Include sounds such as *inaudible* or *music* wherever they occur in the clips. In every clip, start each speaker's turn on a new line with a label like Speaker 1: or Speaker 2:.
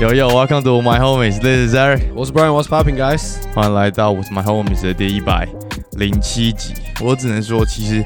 Speaker 1: Yo yo, welcome to my homies. This is Eric.
Speaker 2: 我是 Brian，我是 Popping Guys。
Speaker 1: 欢迎来到我是 my homies 的第一百零七集。我只能说，其实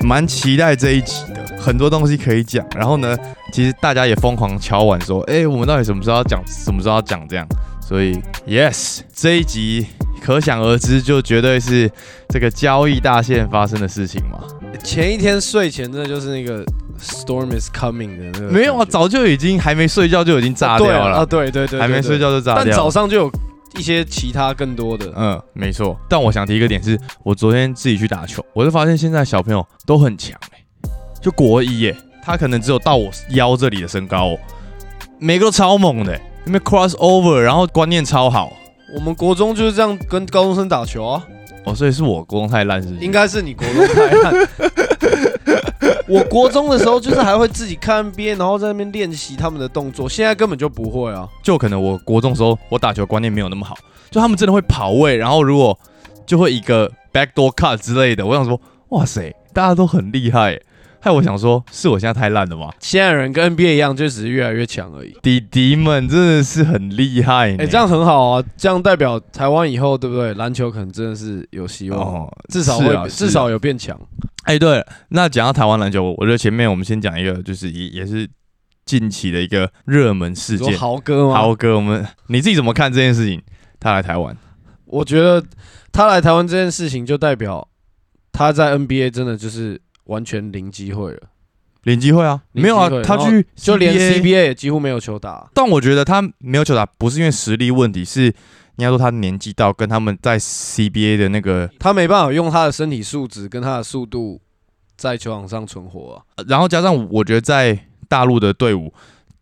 Speaker 1: 蛮期待这一集的，很多东西可以讲。然后呢，其实大家也疯狂敲碗说，哎、我们到底什么时候要讲，什么时候要讲这样。所以，yes，这一集可想而知，就绝对是这个交易大限发生的事情嘛。
Speaker 2: 前一天睡前，真的就是那个 Storm is coming 的那个感觉，
Speaker 1: 没有啊，早就已经还没睡觉就已经炸
Speaker 2: 啊
Speaker 1: 掉
Speaker 2: 对啊
Speaker 1: 了，
Speaker 2: 啊，对对对，对
Speaker 1: 还没睡，觉就炸掉了。
Speaker 2: 对但早上就有一些其他更多的，
Speaker 1: 嗯，没错。但我想提一个点是，我昨天自己去打球，我就发现现在小朋友都很强、欸、就国一耶、他可能只有到我腰这里的身高、哦，每个都超猛的、欸，因为 cross over，然后观念超好。
Speaker 2: 我们国中就是这样跟高中生打球啊，
Speaker 1: 哦，所以是我国中太烂是不是？
Speaker 2: 应该是你国中太
Speaker 1: *laughs*
Speaker 2: 烂。我国中的时候就是还会自己看 NBA，然后在那边练习他们的动作，现在根本就不会啊。
Speaker 1: 就可能我国中的时候我打球观念没有那么好，就他们真的会跑位，然后如果就会一个 backdoor cut 之类的，我想说，哇塞，大家都很厉害、欸，害我想说，是我现在太烂了吗？
Speaker 2: 现在人跟 NBA 一样，就只是越来越强而已。
Speaker 1: 弟弟们真的是很厉害、欸，
Speaker 2: 哎、这样很好啊，这样代表台湾以后对不对？篮球可能真的是有希望，
Speaker 1: 哦，
Speaker 2: 至少
Speaker 1: 是
Speaker 2: 会、
Speaker 1: 啊
Speaker 2: 至少有变强。
Speaker 1: 哎、对了，那讲到台湾篮球，我觉得前面我们先讲一个，就是也也是近期的一个热门事
Speaker 2: 你说
Speaker 1: 件。
Speaker 2: 豪哥吗？
Speaker 1: 豪哥，我们你自己怎么看这件事情？他来台湾，
Speaker 2: 我觉得他来台湾这件事情，就代表他在 NBA 真的就是完全零机会了，
Speaker 1: 零机会啊？
Speaker 2: 零
Speaker 1: 没有啊
Speaker 2: 机会，
Speaker 1: 他
Speaker 2: 然后
Speaker 1: 去
Speaker 2: 就连
Speaker 1: CBA
Speaker 2: CBA 也几乎没有球打。
Speaker 1: 但我觉得他没有球打，不是因为实力问题，是应该说他年纪到，跟他们在 CBA 的那个，
Speaker 2: 他没办法用他的身体素质跟他的速度在球场上存活啊。
Speaker 1: 然后加上我觉得在大陆的队伍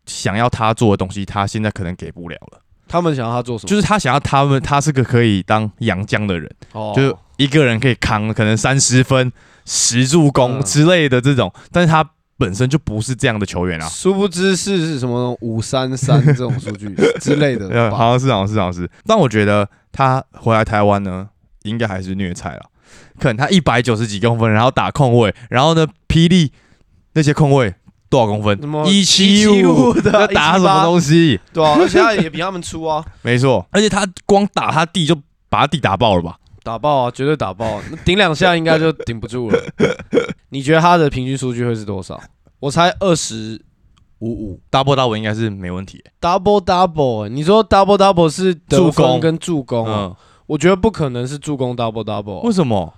Speaker 1: 想要他做的东西，他现在可能给不了了。
Speaker 2: 他们想要他做什么？
Speaker 1: 就是他想要他们，他是个可以当洋将的人。
Speaker 2: 哦
Speaker 1: 就是一个人可以扛可能三十分、十助攻
Speaker 2: 嗯
Speaker 1: 之类的这种，但是他本身就不是这样的球员啊。
Speaker 2: 殊不知是是什么五三三这种数
Speaker 1: *laughs*
Speaker 2: 据之类的
Speaker 1: 呃，
Speaker 2: 吧。
Speaker 1: 好像是，好像是，好像是。但我觉得他回来台湾呢，应该还是虐菜了。可能他一百九十几公分，然后打控卫，然后呢，霹雳那些控卫多少公分
Speaker 2: 什么？
Speaker 1: 一七五
Speaker 2: 175的
Speaker 1: 那 *laughs* 打什么
Speaker 2: 178
Speaker 1: 东西？
Speaker 2: 对啊，而且他也比他们粗啊，
Speaker 1: 没错，而且他光打他弟就把他弟打爆了吧？
Speaker 2: 打爆啊，绝对打爆、那顶两下应该就顶不
Speaker 1: *laughs*
Speaker 2: 住了。你觉得他的平均数据会是多少？我猜二十五五
Speaker 1: 大波大我应该是没问题、
Speaker 2: ，double double、你欸说 double double 是得
Speaker 1: 助攻
Speaker 2: 分跟助攻、啊，
Speaker 1: 嗯，
Speaker 2: 我觉得不可能是助攻 double double，、哦
Speaker 1: 为什么？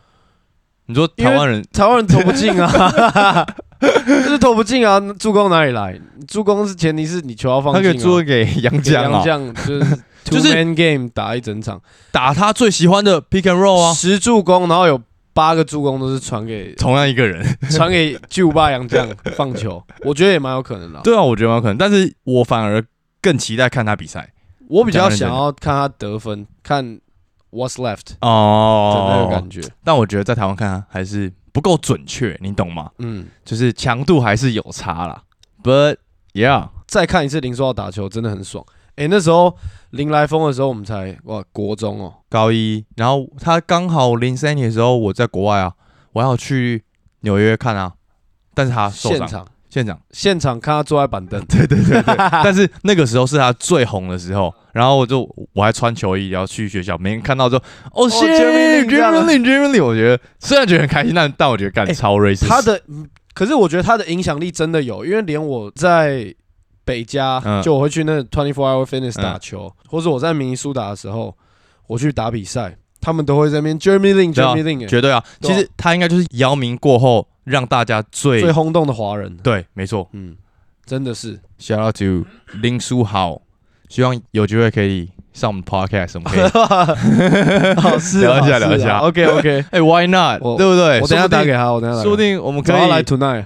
Speaker 1: 你说台湾人
Speaker 2: 台湾人投不进啊，就是投不进啊，助攻哪里来？助攻是前提是你球要放
Speaker 1: 他
Speaker 2: 进、
Speaker 1: 可
Speaker 2: 啊，
Speaker 1: 以做给杨
Speaker 2: 给
Speaker 1: 绛
Speaker 2: 洋
Speaker 1: 啊，
Speaker 2: 将就是 two
Speaker 1: *laughs* 就是
Speaker 2: man game 打一整场，
Speaker 1: 打他最喜欢的 pick and roll 啊，
Speaker 2: 十助攻，然后有八个助攻都是传
Speaker 1: *laughs*
Speaker 2: 给
Speaker 1: 同样一个人。
Speaker 2: 传给巨无霸洋将放球，我觉得也蛮有可能的啊。
Speaker 1: *laughs* 对啊，我觉得蛮有可能，但是我反而更期待看他比赛
Speaker 2: 我比较想要看他得分，看 what's left 的那
Speaker 1: 哦
Speaker 2: 个感觉。
Speaker 1: 但我觉得在台湾看他还是不够准确，你懂吗？
Speaker 2: 嗯，
Speaker 1: 就是强度还是有差啦。But yeah，
Speaker 2: 再看一次林书豪打球真的很爽。诶，那时候林来疯的时候，我们才哇国中哦，
Speaker 1: 高一，然后他刚好零三年的时候我在国外啊，我要去纽约看啊，但是他受
Speaker 2: 现
Speaker 1: 伤，嗯
Speaker 2: 场
Speaker 1: 现场。
Speaker 2: 现场看他坐在板凳，
Speaker 1: 对对对对， *laughs* 但是那个时候是他最红的时候，然后我就我还穿球衣，然后去学校，没人看到之后，哦
Speaker 2: 哦，Jeremy Lin 这样啊
Speaker 1: Lin Jeremy Lin，我觉得虽然觉得很开心，但但我觉得干
Speaker 2: 哎
Speaker 1: 超 racist。
Speaker 2: 他的嗯可是我觉得他的影响力真的有，因为连我在北加，
Speaker 1: 嗯
Speaker 2: 就我会去那 Twenty Four Hour Fitness
Speaker 1: 嗯
Speaker 2: 打球，或者我在明尼苏达的时候，我去打比赛，他们都会在那边 Jeremy Lin
Speaker 1: 对啊
Speaker 2: Jeremy Lin，诶
Speaker 1: 绝对啊，
Speaker 2: 对
Speaker 1: 其
Speaker 2: 啊
Speaker 1: 实他应该就是姚明过后让大家最
Speaker 2: 最轰动的华人。
Speaker 1: 对，没错。
Speaker 2: 嗯，真
Speaker 1: *laughs*
Speaker 2: 的是
Speaker 1: Shout out to 林书豪，希望有机会可以上我们 podcast，我们可以
Speaker 2: *laughs* 好哦是
Speaker 1: 聊一下聊一下
Speaker 2: OK OK，
Speaker 1: 哎，Why not？
Speaker 2: 我
Speaker 1: 对不对？
Speaker 2: 我等一下
Speaker 1: 哎说不定
Speaker 2: 打给他，我等一下打
Speaker 1: 说不
Speaker 2: 给
Speaker 1: 定我们
Speaker 2: 他，
Speaker 1: 可
Speaker 2: 找他来
Speaker 1: 以，
Speaker 2: tonight。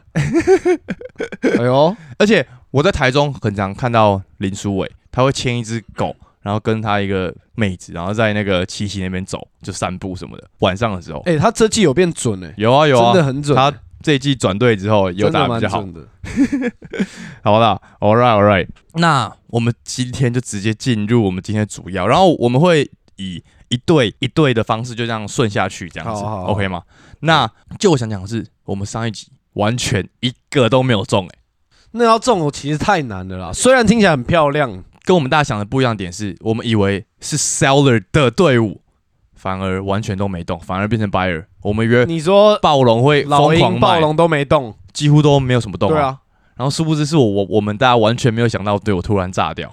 Speaker 1: *laughs*
Speaker 2: 哎呦，
Speaker 1: 而且我在台中很常看到林书伟，他会牵一只狗，然后跟他一个妹子，然后在那个七夕那边走，就散步什么的。晚上的时候，
Speaker 2: *laughs* 哎，他这季有变准哎，
Speaker 1: 有啊有
Speaker 2: 真的
Speaker 1: 啊，
Speaker 2: 很准，
Speaker 1: 他这一季转队之后有
Speaker 2: 真
Speaker 1: 打
Speaker 2: 的
Speaker 1: 得比
Speaker 2: 蛮
Speaker 1: 较好，
Speaker 2: 准的。
Speaker 1: 好啦 a l right all right。那我们今天就直接进入我们今天的主要，然后我们会以一对一对的方式就这样顺下去，这样子
Speaker 2: 好好好
Speaker 1: OK 吗？那就我想讲的是，我们上一集完全一个都没有中、欸，
Speaker 2: 那要中，其实太难了啦。虽然听起来很漂亮，
Speaker 1: 跟我们大家想的不一样的点是，我们以为是 seller 的队伍，反而完全都没动，反而变成 buyer。我们约
Speaker 2: 你说
Speaker 1: 暴龙会
Speaker 2: 老
Speaker 1: 疯狂
Speaker 2: 鹰、暴
Speaker 1: 卖，
Speaker 2: 龙都没动，
Speaker 1: 几乎都没有什么动、
Speaker 2: 对啊，
Speaker 1: 然后殊不知是我我我们大家完全没有想到，对我突然炸掉。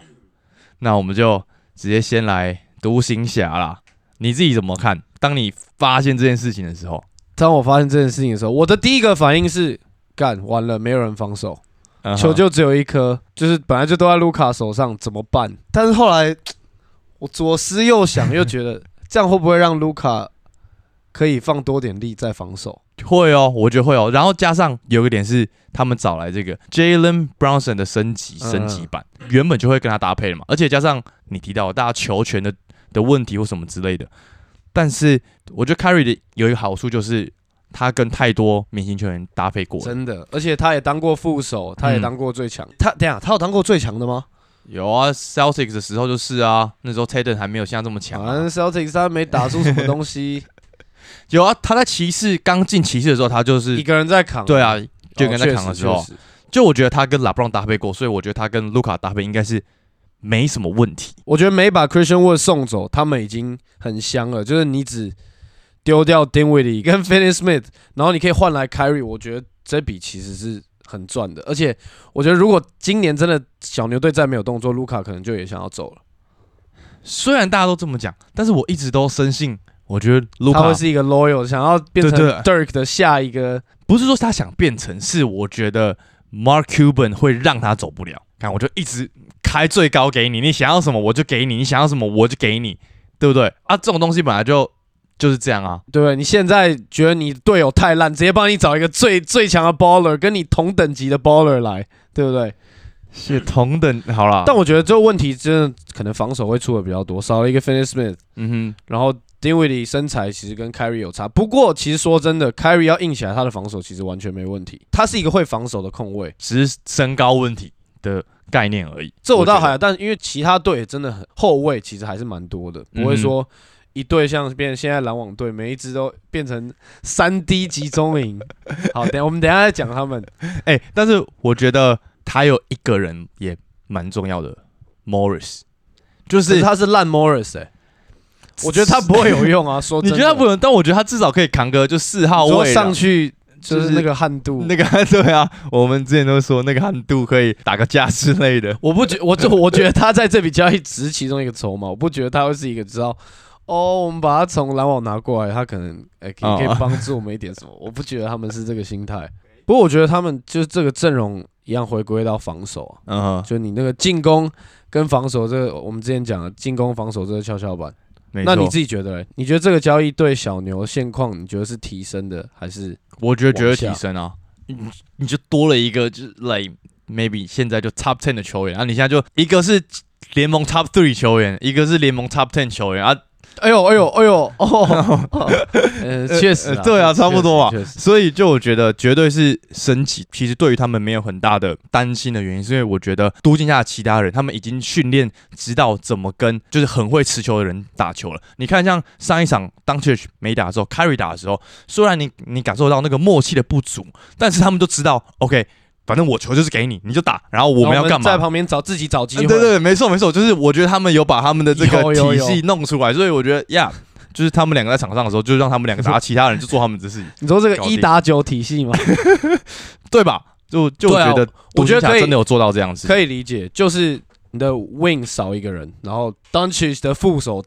Speaker 1: 那我们就直接先来独行侠啦，你自己怎么看？当你发现这件事情的时候，
Speaker 2: 当我发现这件事情的时候，我的第一个反应是：干完了，没有人防守，
Speaker 1: 嗯哼
Speaker 2: 球就只有一颗，就是本来就都在卢卡手上，怎么办？但是后来我左思右想，又觉得 *laughs* 这样会不会让卢卡可以放多点力在防守？
Speaker 1: 会哦，我觉得会哦。然后加上有一个点是，他们找来这个 Jalen Brownson 的升级
Speaker 2: 嗯
Speaker 1: 升级版，原本就会跟他搭配了嘛。而且加上你提到大家球权的的问题或什么之类的，但是我觉得 Carry 的有一个好处就是，他跟太多明星球员搭配过了。
Speaker 2: 真的，而且他也当过副手，他也
Speaker 1: 嗯
Speaker 2: 当过最强。他等一下，他有当过最强的吗？
Speaker 1: 有啊，Celtics 的时候就是啊，那时候 Tatum 还没有现在这么强、
Speaker 2: 反
Speaker 1: 啊。
Speaker 2: 正 Celtics 他没打出什么东西，
Speaker 1: 有啊，他在骑士刚进骑士的时候，他就
Speaker 2: 一
Speaker 1: *laughs* 是
Speaker 2: 个人在扛。
Speaker 1: 对啊，
Speaker 2: 哦，
Speaker 1: 就跟在扛的时候，
Speaker 2: 确实，确实
Speaker 1: 就我觉得他跟 LeBron 搭配过，所以我觉得他跟 Luca 搭配应该是没什么问题。
Speaker 2: 我觉得每把 Christian Wood 送走，他们已经很香了。就是你只丢掉 Dinwiddie 跟 Finney Smith，然后你可以换来 Kyrie，我觉得这笔其实是很赚的。而且我觉得如果今年真的小牛队再没有动作，卢卡可能就也想要走了。
Speaker 1: 虽然大家都这么讲，但是我一直都深信，我觉得卢
Speaker 2: 他
Speaker 1: 卡
Speaker 2: 会是一个 loyal，想要变成
Speaker 1: 对
Speaker 2: Dirk 的下一个。
Speaker 1: 不是说他想变成，是我觉得 Mark Cuban 会让他走不了。看，我就一直开最高给你，你想要什么我就给你，你想要什么我就给你，对不对？啊，这种东西本来就就是这样啊。
Speaker 2: 对不对，你现在觉得你队友太烂，直接帮你找一个最最强的 baller，跟你同等级的 baller 来，对不对？
Speaker 1: 是同等好啦，
Speaker 2: 但我觉得这个问题真的可能防守会出的比较多，少了一个 Finney Smith，
Speaker 1: 嗯
Speaker 2: 然后 Dinwiddie 身材其实跟 Kyrie 有差，不过其实说真的，Kyrie 要硬起来，他的防守其实完全没问题。他是一个会防守的控卫
Speaker 1: 哼，，只是身高问题的概念而已。
Speaker 2: 这我倒
Speaker 1: 觉得
Speaker 2: 还，但因为其他队也真的很后卫其实还是蛮多的，不会说
Speaker 1: 嗯
Speaker 2: 一队像变现在篮网队，每一支都变成三 D 集中营。
Speaker 1: *laughs*
Speaker 2: 好，等一下我们等一下再讲他们。
Speaker 1: 哎、但是我觉得他有一个人也蛮重要的，Morris，就
Speaker 2: 可
Speaker 1: 是
Speaker 2: 他是烂 Morris 哎、我觉得他不 *laughs* 会有用啊。说
Speaker 1: 你
Speaker 2: 真的
Speaker 1: 觉得他不能，但我觉得他至少可以扛个就四号
Speaker 2: 你说
Speaker 1: 位啦
Speaker 2: 上去就
Speaker 1: 啊
Speaker 2: 是
Speaker 1: 就是
Speaker 2: 那个悍度，
Speaker 1: 那个 *laughs* 对啊，我们之前都说那个汉度可以打个架之类的。
Speaker 2: 我不觉，我就我觉得他在这笔交易只是其中一个筹码，我不觉得他会是一个知道哦，我们把他从篮网拿过来，他可能哎、可以
Speaker 1: 哦
Speaker 2: 可以帮助我们一点什么，我不觉得他们是这个心态。不过我觉得他们就是这个阵容一样回归到防守啊，
Speaker 1: 嗯哼，
Speaker 2: 就你那个进攻跟防守这个，我们之前讲的进攻防守这个跷跷板。
Speaker 1: 没
Speaker 2: 那你
Speaker 1: 错
Speaker 2: 自己觉得嘞，欸你觉得这个交易对小牛现况，你觉得是提升的还是
Speaker 1: 我觉得绝对
Speaker 2: 往下
Speaker 1: 提升啊，你你就多了一个就是 like maybe 现在就 top ten 的球员，啊，你现在就一个是联盟 top three 球员，一个是联盟 top ten 球员啊，
Speaker 2: 哎呦哎呦哎呦哦，
Speaker 1: *laughs*
Speaker 2: 呃，确实啦，
Speaker 1: 呃对啊
Speaker 2: 确实
Speaker 1: 差不多啊
Speaker 2: 确实
Speaker 1: 所以就我觉得绝对是升级。其实对于他们没有很大的担心的原因，是因为我觉得都进下的其他人，他们已经训练知道怎么跟就是很会持球的人打球了。你看，像上一场当 c h 没打的时候，Carry 打的时候，虽然你你感受到那个默契的不足，但是他们都知道，OK，反正我球就是给你，你就打，然后我们要
Speaker 2: 然后
Speaker 1: 干嘛
Speaker 2: 在？旁边找自己找机
Speaker 1: 嗯
Speaker 2: 会。
Speaker 1: 对对，没错没错，就是我觉得他们有把他们的这个
Speaker 2: 有有
Speaker 1: 体
Speaker 2: 有
Speaker 1: 系弄出来，所以我觉得呀。就是他们两个在场上的时候，就让他们两个
Speaker 2: *laughs*
Speaker 1: 打，其他人就做他们的事情，
Speaker 2: 你说这个
Speaker 1: 搞定
Speaker 2: 一打九体系吗？
Speaker 1: 对吧？就就我
Speaker 2: 对啊
Speaker 1: 觉得
Speaker 2: 我
Speaker 1: 独
Speaker 2: 觉
Speaker 1: 行
Speaker 2: 得可
Speaker 1: 侠
Speaker 2: 以
Speaker 1: 真的有做到这样子，
Speaker 2: 可以理解，就是你的 wing 少一个人，然后 Doncic 的副手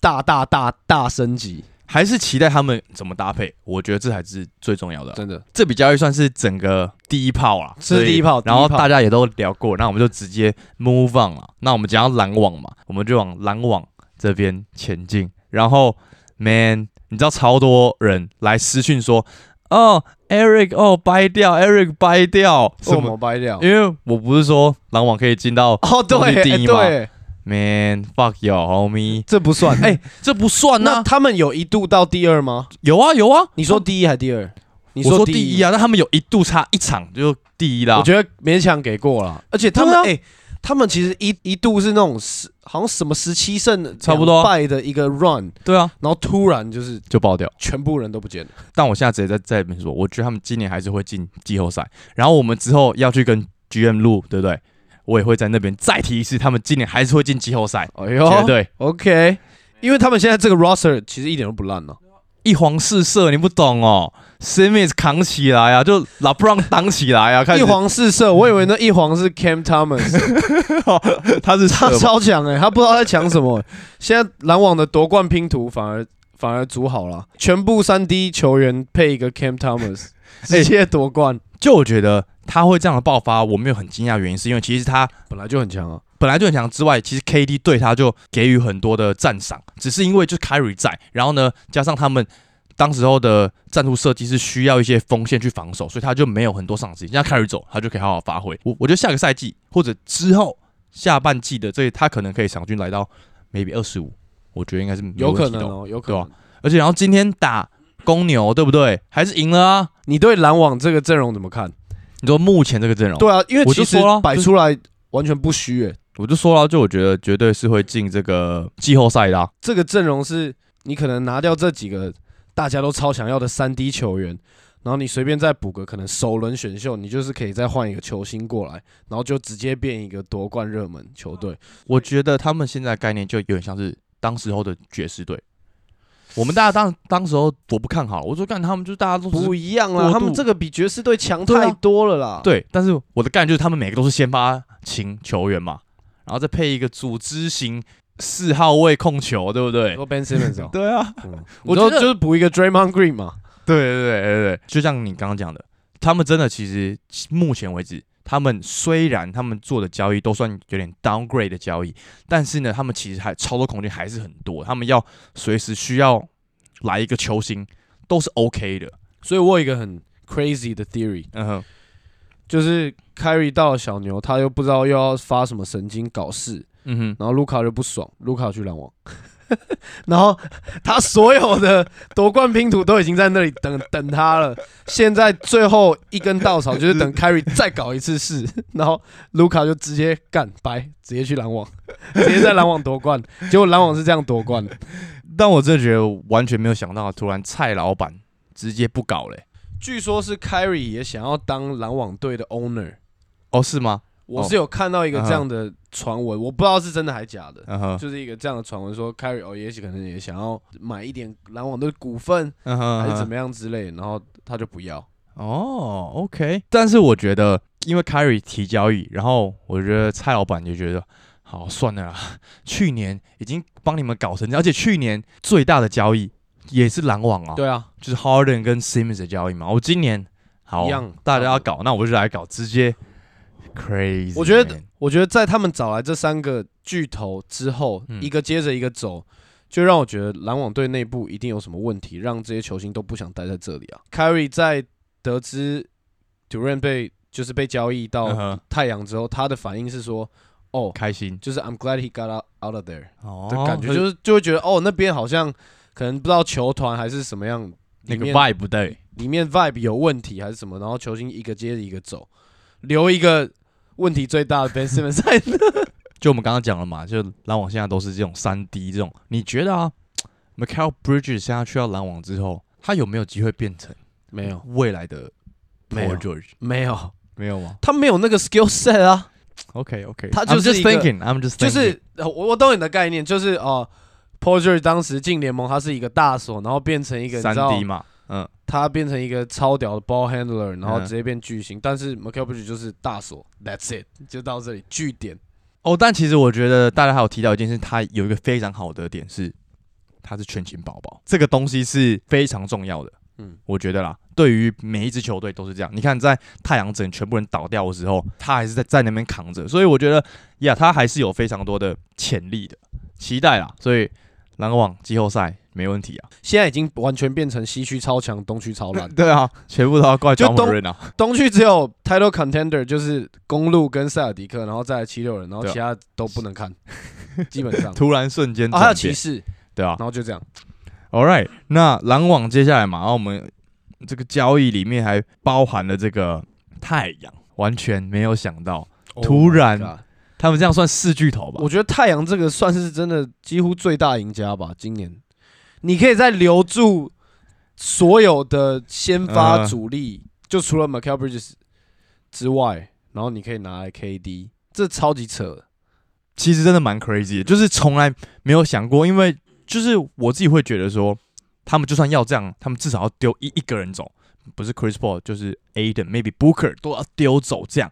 Speaker 2: 大大大大升级，
Speaker 1: 还是期待他们怎么搭配，我觉得这才是最重要的啊、
Speaker 2: 真的。
Speaker 1: 这笔交易算是整个第一炮啦，
Speaker 2: 是第一
Speaker 1: 所
Speaker 2: 炮
Speaker 1: 以然后
Speaker 2: 第一炮
Speaker 1: 大家也都聊过，那我们就直接 move on 了。那我们讲到篮网嘛，我们就往篮网这边前进。然后，man，你知道超多人来私讯说，哦，Eric，哦，掰掉，Eric 掰掉，什
Speaker 2: 什
Speaker 1: 么？
Speaker 2: 么掰掉？
Speaker 1: 因为我不是说篮网可以进到
Speaker 2: 哦，对
Speaker 1: 东西第
Speaker 2: 哎
Speaker 1: 一嘛
Speaker 2: 对，
Speaker 1: man，fuck your homie，
Speaker 2: 这不算。哎，
Speaker 1: 这不算
Speaker 2: 那
Speaker 1: 呐、
Speaker 2: 他们有一度到第二吗？
Speaker 1: 有啊有啊，
Speaker 2: 你说第一还第二？你
Speaker 1: 我说
Speaker 2: 第
Speaker 1: 第一？啊，但他们有一度差一场就第一啦。
Speaker 2: 我觉得勉强给过了，而且他们
Speaker 1: 对
Speaker 2: 哎。他们其实一一度是那种十，好像什么十七胜
Speaker 1: 差不多啊
Speaker 2: 两败的一个 run，
Speaker 1: 对啊，
Speaker 2: 然后突然就是
Speaker 1: 就爆掉。
Speaker 2: 全部人都不见了。
Speaker 1: 但我现在直接在在这边说，我觉得他们今年还是会进季后赛。然后我们之后要去跟 GM 录，对不对？我也会在那边再提一次，他们今年还是会进季后赛，
Speaker 2: 哎
Speaker 1: 绝
Speaker 2: 呦
Speaker 1: 对
Speaker 2: ，OK，因为他们现在这个 roster 其实一点都不烂啊呢、
Speaker 1: 一黄四哎色，你不懂哦。Simmons 扛起来啊，就老布朗挡起来啊，开
Speaker 2: 一
Speaker 1: 始
Speaker 2: 黄四射，我以为那一黄是 Cam Thomas，
Speaker 1: *laughs* 他是
Speaker 2: 他
Speaker 1: 射吧
Speaker 2: 超强哎、他不知道在抢什么欸、现在篮网的夺冠拼图反而反而组好了，全部三 D 球员配一个 Cam Thomas，
Speaker 1: *laughs*
Speaker 2: 直
Speaker 1: 哎
Speaker 2: 接夺冠，
Speaker 1: 就我觉得他会这样的爆发，我没有很惊讶，原因是因为其实他
Speaker 2: 本来就很强啊。
Speaker 1: 本来就很强之外，其实 KD 对他就给予很多的赞赏，只是因为就 Kyrie 在，然后呢，加上他们当时候的战术设计是需要一些锋线去防守，所以他就没有很多上场时间。像 Kyrie 走，他就可以好好发挥。我我觉得下个赛季或者之后下半季的这，他可能可以场均来到 maybe 二十五，我觉得应该是没
Speaker 2: 有
Speaker 1: 问
Speaker 2: 可
Speaker 1: 题的
Speaker 2: 能哦，有可能。
Speaker 1: 而且然后今天打公牛，对不对？还是赢了啊！
Speaker 2: 你对篮网这个阵容怎么看？
Speaker 1: 你说目前这个阵容，
Speaker 2: 对啊，因为
Speaker 1: 哦我就
Speaker 2: 其实
Speaker 1: 说了
Speaker 2: 摆
Speaker 1: 就是
Speaker 2: 出来完全不虚诶、欸
Speaker 1: 我就说了，就我觉得绝对是会进这个季后赛的啊、
Speaker 2: 这个阵容是你可能拿掉这几个大家都超想要的三 D 球员，然后你随便再补个可能首轮选秀，你就是可以再换一个球星过来，然后就直接变一个夺冠热门球队。
Speaker 1: 我觉得他们现在概念就有点像是当时候的爵士队。我们大家当当时候我不看好，我说干他们就大家都只是
Speaker 2: 不一样
Speaker 1: 过
Speaker 2: 啦，
Speaker 1: 渡
Speaker 2: 他们这个比爵士队强
Speaker 1: 对啊
Speaker 2: 太多了啦。，
Speaker 1: 对，但是我的概念就是他们每个都是先发型球员嘛，然后再配一个组织型四号位控球，对不对？，
Speaker 2: 说 Ben Simmons 哦
Speaker 1: 对啊，
Speaker 2: 嗯
Speaker 1: 我
Speaker 2: 你说
Speaker 1: 觉得
Speaker 2: 就是补一个 Draymond Green 嘛。
Speaker 1: *laughs* 对对对对对，就像你刚刚讲的，他们真的其实目前为止，他们虽然他们做的交易都算有点 downgrade 的交易，但是呢，他们其实还操作空间还是很多，他们要随时需要来一个球星都是 OK 的。
Speaker 2: 所以我有一个很 crazy 的 theory，
Speaker 1: 嗯哼，
Speaker 2: 就是凯瑞到了小牛，他又不知道又要发什么神经搞事，
Speaker 1: 嗯哼，
Speaker 2: 然后卢卡就不爽，卢卡去篮网， *laughs* 然后他所有的夺冠拼图都已经在那里等等他了。现在最后一根稻草就是等凯瑞再搞一次事，然后卢卡就直接干白，直接去篮网，直接在篮网夺冠。结果篮网是这样夺冠的，
Speaker 1: 但我真的觉得完全没有想到，突然蔡老板直接不搞嘞、
Speaker 2: 据说是凯瑞也想要当篮网队的 owner。
Speaker 1: 哦，是吗？
Speaker 2: 我是有看到一个这样的传闻，我不知道是真的还假的，
Speaker 1: 嗯哼，
Speaker 2: 就是一个这样的传闻说，凯瑞哦，也许可能也想要买一点篮网的股份，
Speaker 1: 嗯
Speaker 2: 还是
Speaker 1: 哼
Speaker 2: 怎么样之类，然后他就不要。
Speaker 1: 哦，OK，但是我觉得，因为 Kyrie 提交易，然后我觉得蔡老板就觉得，好算了啦， *laughs* 去年已经帮你们搞成这样，而且去年最大的交易也是篮网啊，，
Speaker 2: 对啊，
Speaker 1: 就是 Harden 跟 Simmons 的交易嘛。我今年好
Speaker 2: 一样
Speaker 1: 大家要搞，那我就来搞，直接 crazy。
Speaker 2: 我觉得，我觉得在他们找来这三个巨头之后，
Speaker 1: 嗯
Speaker 2: 一个接着一个走，就让我觉得篮网队内部一定有什么问题，让这些球星都不想待在这里啊。凯瑞在得知 Durant 被就是被交易
Speaker 1: 嗯
Speaker 2: 到
Speaker 1: 哼
Speaker 2: 太阳之后，他的反应是说，哦，
Speaker 1: 开心
Speaker 2: 就是 I'm glad he got out out of there。
Speaker 1: 哦
Speaker 2: 的感觉，就是就会觉得哦，那边好像可能不知道球团还是什么样，
Speaker 1: 那个
Speaker 2: 里面
Speaker 1: vibe 不对，
Speaker 2: 里面 vibe 有问题还是什么，然后球星一个接着一个走，留一个问题最大的 Ben Simmons 在那。
Speaker 1: 就我们刚刚讲了嘛，就篮网现在都是这种三 D 这种，你觉得啊 m i c h a e l Bridges 现在去到篮网之后，他有没有机会变成
Speaker 2: 没有，
Speaker 1: 未来的
Speaker 2: 没有
Speaker 1: Paul George？
Speaker 2: 没有，
Speaker 1: 没有吗
Speaker 2: 他没有那个 skill set 啊，
Speaker 1: ？OK OK，
Speaker 2: 他就
Speaker 1: I'm
Speaker 2: 是
Speaker 1: just
Speaker 2: 一个
Speaker 1: thinking, I'm just thinking，
Speaker 2: 就是呃我我懂你的概念，就是哦。p o r g e r 当时进联盟，他是一个大锁，然后变成一个你
Speaker 1: 三
Speaker 2: 知道
Speaker 1: D 嘛，嗯，
Speaker 2: 他变成一个超屌的 ball handler，然后
Speaker 1: 嗯
Speaker 2: 直接变巨星。但是 m i c h a e l Bridges 就是大锁，That's it，就到这里，据点。
Speaker 1: 哦，但其实我觉得大家还有提到一件事，他有一个非常好的点是，他是全勤宝宝，这个东西是非常重要的。嗯
Speaker 2: 嗯，
Speaker 1: 我觉得啦，对于每一支球队都是这样。你看，在太阳整全部人倒掉的时候，他还是在在那边扛着，所以我觉得呀，他还是有非常多的潜力的，期待啦。所以篮网季后赛没问题啊。。
Speaker 2: 现在已经完全变成西区超强，东区超烂
Speaker 1: 对啊，全部都要怪
Speaker 2: 就
Speaker 1: John
Speaker 2: 东
Speaker 1: Moran 啊。
Speaker 2: 东区只有 title contender 就是公路跟塞尔迪克，然后再来七六人，然后
Speaker 1: 对啊
Speaker 2: 其他都不
Speaker 1: *laughs*
Speaker 2: 能看，基本上。
Speaker 1: 突然瞬间
Speaker 2: 啊，还有
Speaker 1: 转
Speaker 2: 骑
Speaker 1: 变，
Speaker 2: 士，
Speaker 1: 对啊
Speaker 2: 然。后就这样。
Speaker 1: All right，那篮网接下来嘛，然后我们这个交易里面还包含了这个太阳，完全没有想到
Speaker 2: Oh
Speaker 1: 突
Speaker 2: my
Speaker 1: 然
Speaker 2: God
Speaker 1: 他们这样算四巨头吧
Speaker 2: 我？觉得太阳这个算是真的几乎最大赢家吧。今年你可以在留住所有的先发
Speaker 1: 嗯
Speaker 2: 主力，就除了 m i c h a e l Bridges 之外，然后你可以拿来 KD，这超级扯的。
Speaker 1: 其实真的蛮 crazy，的就是从来没有想过，因为就是我自己会觉得说，他们就算要这样，他们至少要丢一一个人走，不是 Chris Paul 就是 Aden，maybe Booker 都要丢走这样。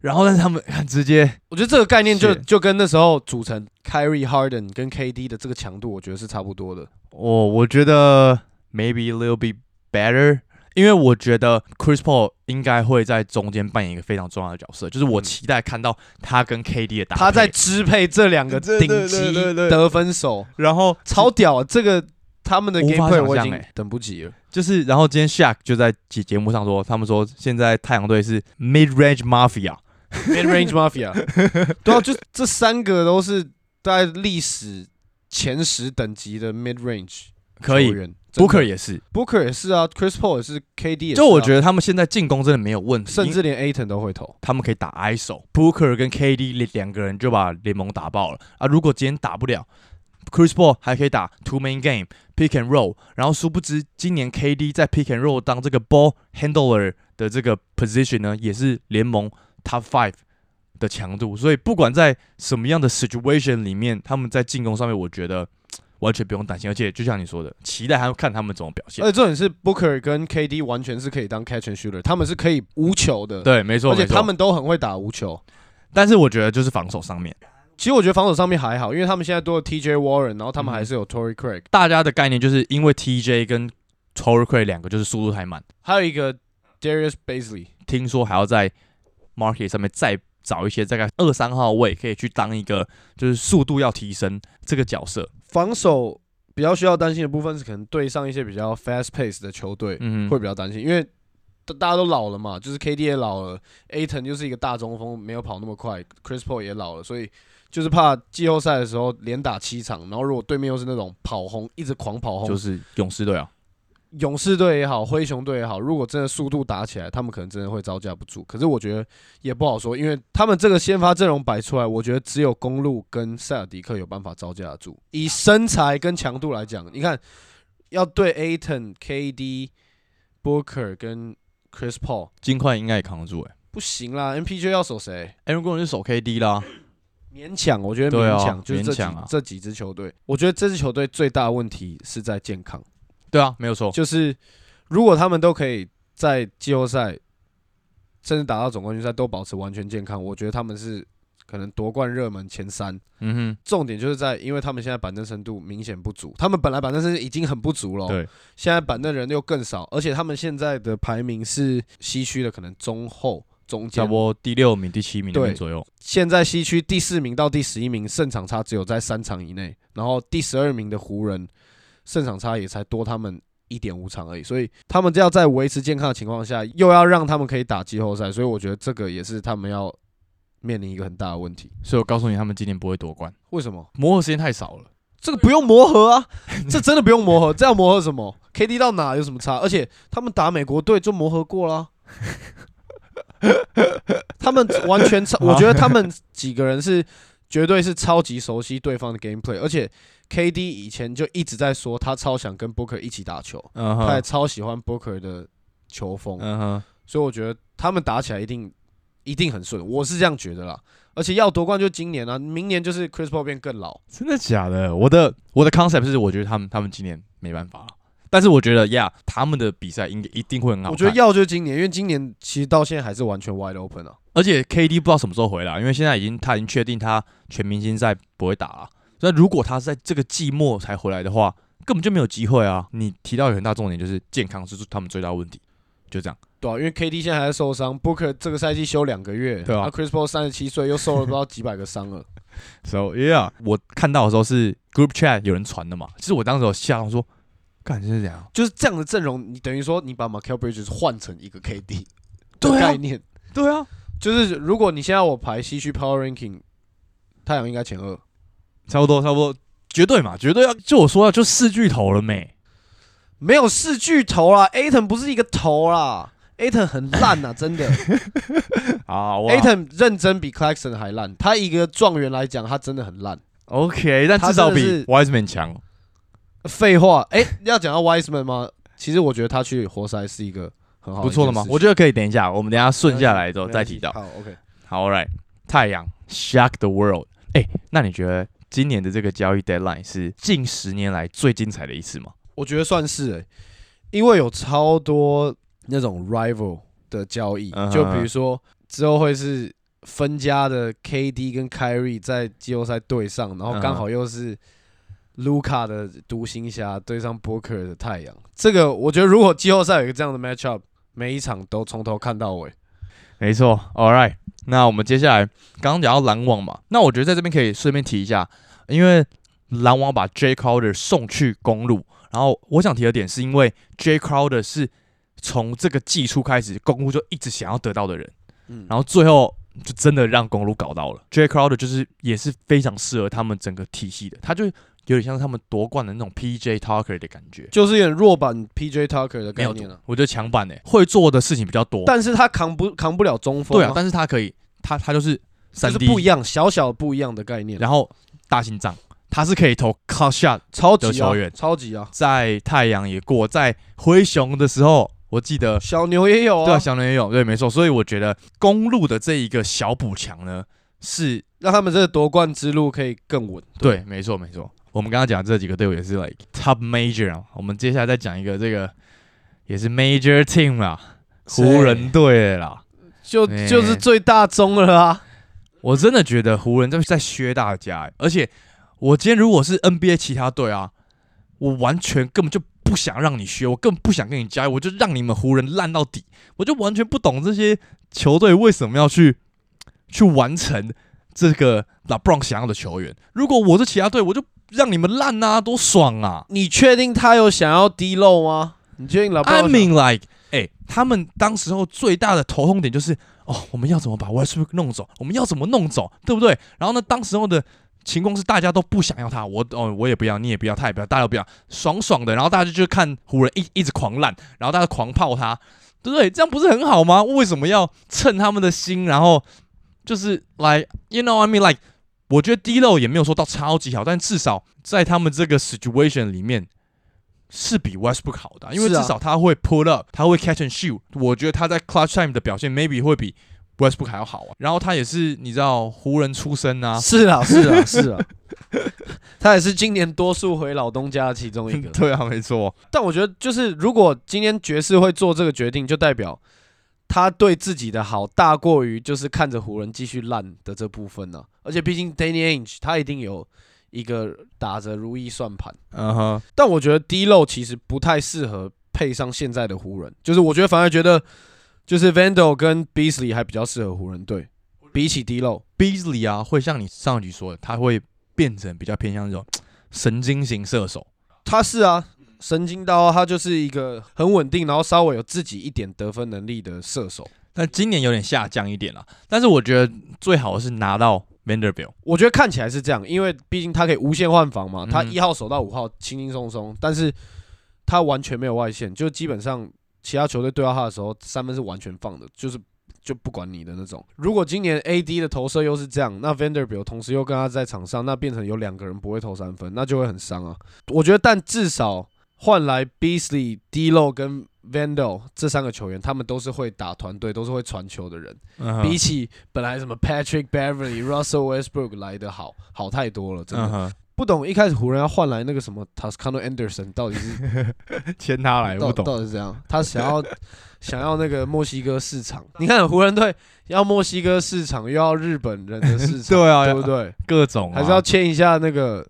Speaker 1: 然后，但是他们看直接
Speaker 2: 我觉得这个概念就是就跟那时候组成 Kyrie Harden 跟 KD 的这个强度，我觉得是差不多的。
Speaker 1: 我我觉得 maybe a little bit better，因为我觉得 Chris Paul 应该会在中间扮演一个非常重要的角色，就是我
Speaker 2: 嗯
Speaker 1: 期待看到他跟 KD 的搭配。
Speaker 2: 他在，支配这两
Speaker 1: *laughs*
Speaker 2: 个
Speaker 1: 对
Speaker 2: 顶
Speaker 1: 对
Speaker 2: 级
Speaker 1: 对对对
Speaker 2: 得分手，
Speaker 1: 然后
Speaker 2: 超屌啊！这个他们的
Speaker 1: 无
Speaker 2: game
Speaker 1: 法
Speaker 2: play
Speaker 1: 想
Speaker 2: 我已
Speaker 1: 象
Speaker 2: 经
Speaker 1: 欸
Speaker 2: 等不及了。
Speaker 1: 就是，然后今天 Shaq 就在节节目上说，他们说现在太阳队是 Mid Range Mafia，
Speaker 2: Mid Range Mafia，对
Speaker 1: *laughs*
Speaker 2: 啊，就这三个都是在历史前十等级的 Mid Range
Speaker 1: 可以
Speaker 2: 球员。真的
Speaker 1: ，Booker 也是。
Speaker 2: Booker 也是啊，Chris Paul 也是，KD 也是、啊。
Speaker 1: 就我觉
Speaker 2: 得，
Speaker 1: 得他们现在进攻真的没有问题，
Speaker 2: 甚
Speaker 1: 因为
Speaker 2: 至连 Aton 都会投。
Speaker 1: 他们可以打 ISO，Booker 跟 KD 两两个人就把联盟打爆了啊！如果今天打不了，Chris Paul 还可以打 Two Man Game Pick and Roll，然后殊不知今年 KD 在 Pick and Roll 当这个 Ball Handler 的这个 position 呢，也是联盟 Top Five 的强度，所以不管在什么样的 situation 里面，他们在进攻上面，我觉得嘖完全不用担心，而且就像你说的，期待他们看他们怎么表现。
Speaker 2: 而且重点是 Booker 跟 KD 完全是可以当 catch and shooter，他们是可以无球的，
Speaker 1: 对，没错，
Speaker 2: 而且
Speaker 1: 没错
Speaker 2: 他，们都很会打无球。
Speaker 1: 但是我觉得就是防守上面。
Speaker 2: 其实我觉得防守上面还好，因为他们现在多了 TJ Warren，然后他们
Speaker 1: 嗯
Speaker 2: 还是有 Tory Craig，、
Speaker 1: 大家的概念就是因为 TJ 跟 Torrey Craig 两个就是速度太慢，
Speaker 2: 还有一个 Darius Basley。
Speaker 1: 听说还要在 Market 上面再找一些大概二三号位可以去当一个就是速度要提升这个角色。
Speaker 2: 防守比较需要担心的部分是，可能对上一些比较 fast pace 的球队
Speaker 1: 嗯
Speaker 2: 会
Speaker 1: 哼，
Speaker 2: 比较担心，因为大大家都老了嘛，就是 KD 也老了，Aton 就是一个大中锋，没有跑那么快，Chris Paul 也老了，所以就是怕季后赛的时候连打七场，然后如果对面又是那种跑轰，一直狂跑轰，
Speaker 1: 就是勇士队啊，
Speaker 2: 勇士队也好，灰熊队也好，如果真的速度打起来，他们可能真的会招架不住。可是我觉得也不好说，因为他们这个先发阵容摆出来，我觉得只有公路跟塞尔迪克有办法招架得住。以身材跟强度来讲，你看要对 Aton、KD、Booker 跟 Chris Paul
Speaker 1: 金块应该也扛得住哎、
Speaker 2: 不行啦，MPJ 要守谁？
Speaker 1: 欸。Aaron Gordon 是守 KD 啦，
Speaker 2: 勉强，我觉得
Speaker 1: 对啊
Speaker 2: 勉强、就是这
Speaker 1: 勉
Speaker 2: 几、
Speaker 1: 强啊
Speaker 2: 这几支球队，我觉得这支球队最大的问题是在健康。
Speaker 1: 对啊，没有错，
Speaker 2: 就是如果他们都可以在季后赛，甚至打到总冠军赛都保持完全健康，我觉得他们是可能夺冠热门前三。
Speaker 1: 嗯
Speaker 2: 重点就是在，因为他们现在板凳深度明显不足，他们本来板凳深度已经很不足了，
Speaker 1: 对，
Speaker 2: 现在板凳人又更少，而且他们现在的排名是西区的可能中后中
Speaker 1: 哼，差
Speaker 2: 间
Speaker 1: 不，多第六名、第七名那边
Speaker 2: 对
Speaker 1: 左右。
Speaker 2: 现在西区第四名到第十一名胜场差只有在三场以内，然后第十二名的湖人胜场差也才多他们一点五场而已，所以他们要在维持健康的情况下，又要让他们可以打季后赛，所以我觉得这个也是他们要面临一个很大的问题。
Speaker 1: 所以我告诉你，他们今年不会夺冠，
Speaker 2: 为什么？
Speaker 1: 磨合时间太少了。
Speaker 2: 这个不用磨合啊，这真的不用磨合，这要磨合什么？KD 到哪有什么差？而且他们打美国队就磨合过啦， *laughs* 他们完全超，我觉得他们几个人是绝对是超级熟悉对方的 gameplay，而且 KD 以前就一直在说他超想跟 Booker 一起打球，
Speaker 1: 嗯
Speaker 2: 他也
Speaker 1: 哼，
Speaker 2: 超喜欢 Booker 的球风，
Speaker 1: 嗯哼，
Speaker 2: 所以我觉得他们打起来一定一定很顺，我是这样觉得啦。而且要夺冠就今年啊，明年就是 Chris Paul 变更老。
Speaker 1: 真的假的？我的我的 concept 是，我觉得他们他们今年没办法了，但是我觉得呀，他们的比赛应该一定会很好看。
Speaker 2: 我觉得要就是今年，因为今年其实到现在还是完全 wide open 啊。
Speaker 1: 而且 KD 不知道什么时候回来，因为现在已经他已经确定他全明星赛不会打了。那如果他是在这个季末才回来的话，根本就没有机会啊！你提到有很大重点就是健康是他们最大的问题，就这样。
Speaker 2: 对啊，因为 KD 现在还在受伤，Booker 这个赛季休两个月，
Speaker 1: 对啊
Speaker 2: 那 Chris Paul 三十七岁又受了不知道几百个伤
Speaker 1: *laughs*
Speaker 2: 了。
Speaker 1: So yeah，我看到的时候是 group chat 有人传的嘛，其实我当时有吓到说，干这是怎样？啊
Speaker 2: 就是这样的阵容，你等于说你把 m i c a e l Bridges 换成一
Speaker 1: *laughs*
Speaker 2: 个 KD 的
Speaker 1: 对啊
Speaker 2: 概念，
Speaker 1: 对啊，
Speaker 2: 就是如果你现在我排西区 Power Ranking，太阳应该前二。
Speaker 1: 差不多差不多，绝对嘛，绝对要就我说要就四巨头了没？
Speaker 2: 没有四巨头啦，Aton 不是一个头啦，Aton 很烂啊，
Speaker 1: *laughs*
Speaker 2: 真的。
Speaker 1: 啊
Speaker 2: Aton 认真比 Clarkson 还烂，他一个状元来讲，他真的很烂。
Speaker 1: OK，但至少
Speaker 2: 他真的
Speaker 1: 比
Speaker 2: 是
Speaker 1: Wiseman 强。
Speaker 2: 废话，哎、要讲到 Wiseman 吗？其实我觉得他去活塞是一个很好
Speaker 1: 不错的嘛，我觉得可以等一下，我们等一下顺下来之后再提到。
Speaker 2: 好，OK，
Speaker 1: 好，All right，太阳 shock the world。哎、那你觉得今年的这个交易 deadline 是近十年来最精彩的一次吗？
Speaker 2: 我觉得算是、欸，因为有超多那种 rival 的交易
Speaker 1: 嗯哼
Speaker 2: 就比如说之后会是分家的 KD 跟 Kyrie 在季后赛对上，然
Speaker 1: 嗯
Speaker 2: 后刚好又是卢卡的独行侠对上波克尔的太阳。这个我觉得，如果季后赛有一个这样的 matchup，每一场都从头看到尾，
Speaker 1: 没错，All right。那我们接下来刚刚讲到篮网嘛，那我觉得在这边可以顺便提一下，因为篮网把 J Crowder 送去公路，然后我想提的点是因为 J Crowder 是从这个季初开始，公路就一直想要得到的人，
Speaker 2: 嗯，
Speaker 1: 然后最后就真的让公路搞到了。J Crowder 就是也是非常适合他们整个体系的，他就有点像是他们夺冠的那种 PJ Tucker 的感觉，
Speaker 2: 就是有点弱版 PJ Tucker 的
Speaker 1: 没
Speaker 2: 概
Speaker 1: 有
Speaker 2: 念了、
Speaker 1: 我觉得强版诶、会做的事情比较多，
Speaker 2: 但是他扛不扛不了中锋、
Speaker 1: 对啊，但是他可以，他他就是
Speaker 2: 就
Speaker 1: 三
Speaker 2: 是
Speaker 1: D
Speaker 2: 不一样，小小不一样的概念，啊
Speaker 1: 然后大心脏，他是可以投 cut shot，
Speaker 2: 超级、啊、
Speaker 1: 的球员
Speaker 2: 超级啊，
Speaker 1: 在太阳也过，在灰熊的时候，我记得
Speaker 2: 小牛也有
Speaker 1: 对
Speaker 2: 啊，
Speaker 1: 啊，小牛也有，对，没错，所以我觉得公路的这一个小补强呢，是
Speaker 2: 让他们这个夺冠之路可以更稳。
Speaker 1: 对，没错，没错。我们刚刚讲这几个队伍也是 like top major 啊，我们接下来再讲一个这个也是 major team 啦，湖人队啦。
Speaker 2: 就
Speaker 1: 哎
Speaker 2: 就是最大宗了啊，
Speaker 1: 我真的觉得湖人在在削大家、欸而且我今天如果是 NBA 其他队啊，我完全根本就不想让你削，我根本不想跟你加油，我就让你们湖人烂到底，我就完全不懂这些球队为什么要去去完成这个 LeBron 想要的球员。如果我是其他队，我就让你们烂啊，多爽啊！
Speaker 2: 你确定他有想要低漏吗？你确定老
Speaker 1: I mean like，哎、他们当时候最大的头痛点就是，哦，我们要怎么把 Westbrook 弄走？我们要怎么弄走，对不对？然后呢，当时候的情况是大家都不想要他，我哦我也不要，你也不要，他也不要，大家都不要，爽爽的。然后大家就看湖人一一直狂烂，然后大家狂泡他，对不对？这样不是很好吗？为什么要趁他们的心，然后就是来，you know what I mean like。我觉得 D 漏也没有说到超级好，但至少在他们这个 situation 里面是比 Westbrook 好的啊、因为
Speaker 2: 是
Speaker 1: 至
Speaker 2: 啊
Speaker 1: 少他会 pull up，他会 catch and shoot。我觉得他在 clutch time 的表现 maybe 会比 Westbrook 还要好啊。然后他也是你知道湖人出身啊，
Speaker 2: 是啊是啊是啊， *laughs* 他也是今年多数回老东家的其中一个。
Speaker 1: *laughs* 对啊，没错，
Speaker 2: 但我觉得就是如果今天爵士会做这个决定，就代表他对自己的好大过于就是看着湖人继续烂的这部分呢、啊而且毕竟 Danny Ainge 他一定有一个打着如意算盘。
Speaker 1: 嗯哼，
Speaker 2: 但我觉得低漏其实不太适合配上现在的湖人，就是我觉得反而觉得就是 Vandal 跟 Beasley 还比较适合湖人队，比起低漏。
Speaker 1: Beasley 啊，会像你上一集说的，他会变成比较偏向这种神经型射手。
Speaker 2: 他是啊，神经刀啊，他就是一个很稳定，然后稍微有自己一点得分能力的射手。
Speaker 1: 但今年有点下降一点啦，但是我觉得最好是拿到 Vanderbilt，
Speaker 2: 我觉得看起来是这样，因为毕竟他可以无限换防嘛，
Speaker 1: 嗯
Speaker 2: 他一号守到五号轻轻松松，但是他完全没有外线，就基本上其他球队对到他的时候，三分是完全放的，就是就不管你的那种。如果今年 AD 的投射又是这样，那 Vanderbilt 同时又跟他在场上，那变成有两个人不会投三分，那就会很伤啊。我觉得，但至少换来 Beasley、d l o 跟 Vandal 这三个球员，他们都是会打团队，都是会传球的人。
Speaker 1: 嗯
Speaker 2: 比起本来什么 Patrick Beverly、Russell Westbrook 来的好好太多了，真的、
Speaker 1: 哼，
Speaker 2: 不懂一开始湖人要换来那个什么 Toscano Anderson 到底
Speaker 1: *laughs*
Speaker 2: 是
Speaker 1: 签他来，
Speaker 2: 到
Speaker 1: 不懂。
Speaker 2: 到底是怎样？他想要 *laughs* 想要那个墨西哥市场，你看湖人队要墨西哥市场，又要日本人的市
Speaker 1: *laughs*
Speaker 2: 场，
Speaker 1: 对啊
Speaker 2: 对不对？
Speaker 1: 各种啊
Speaker 2: 还是要签一下那个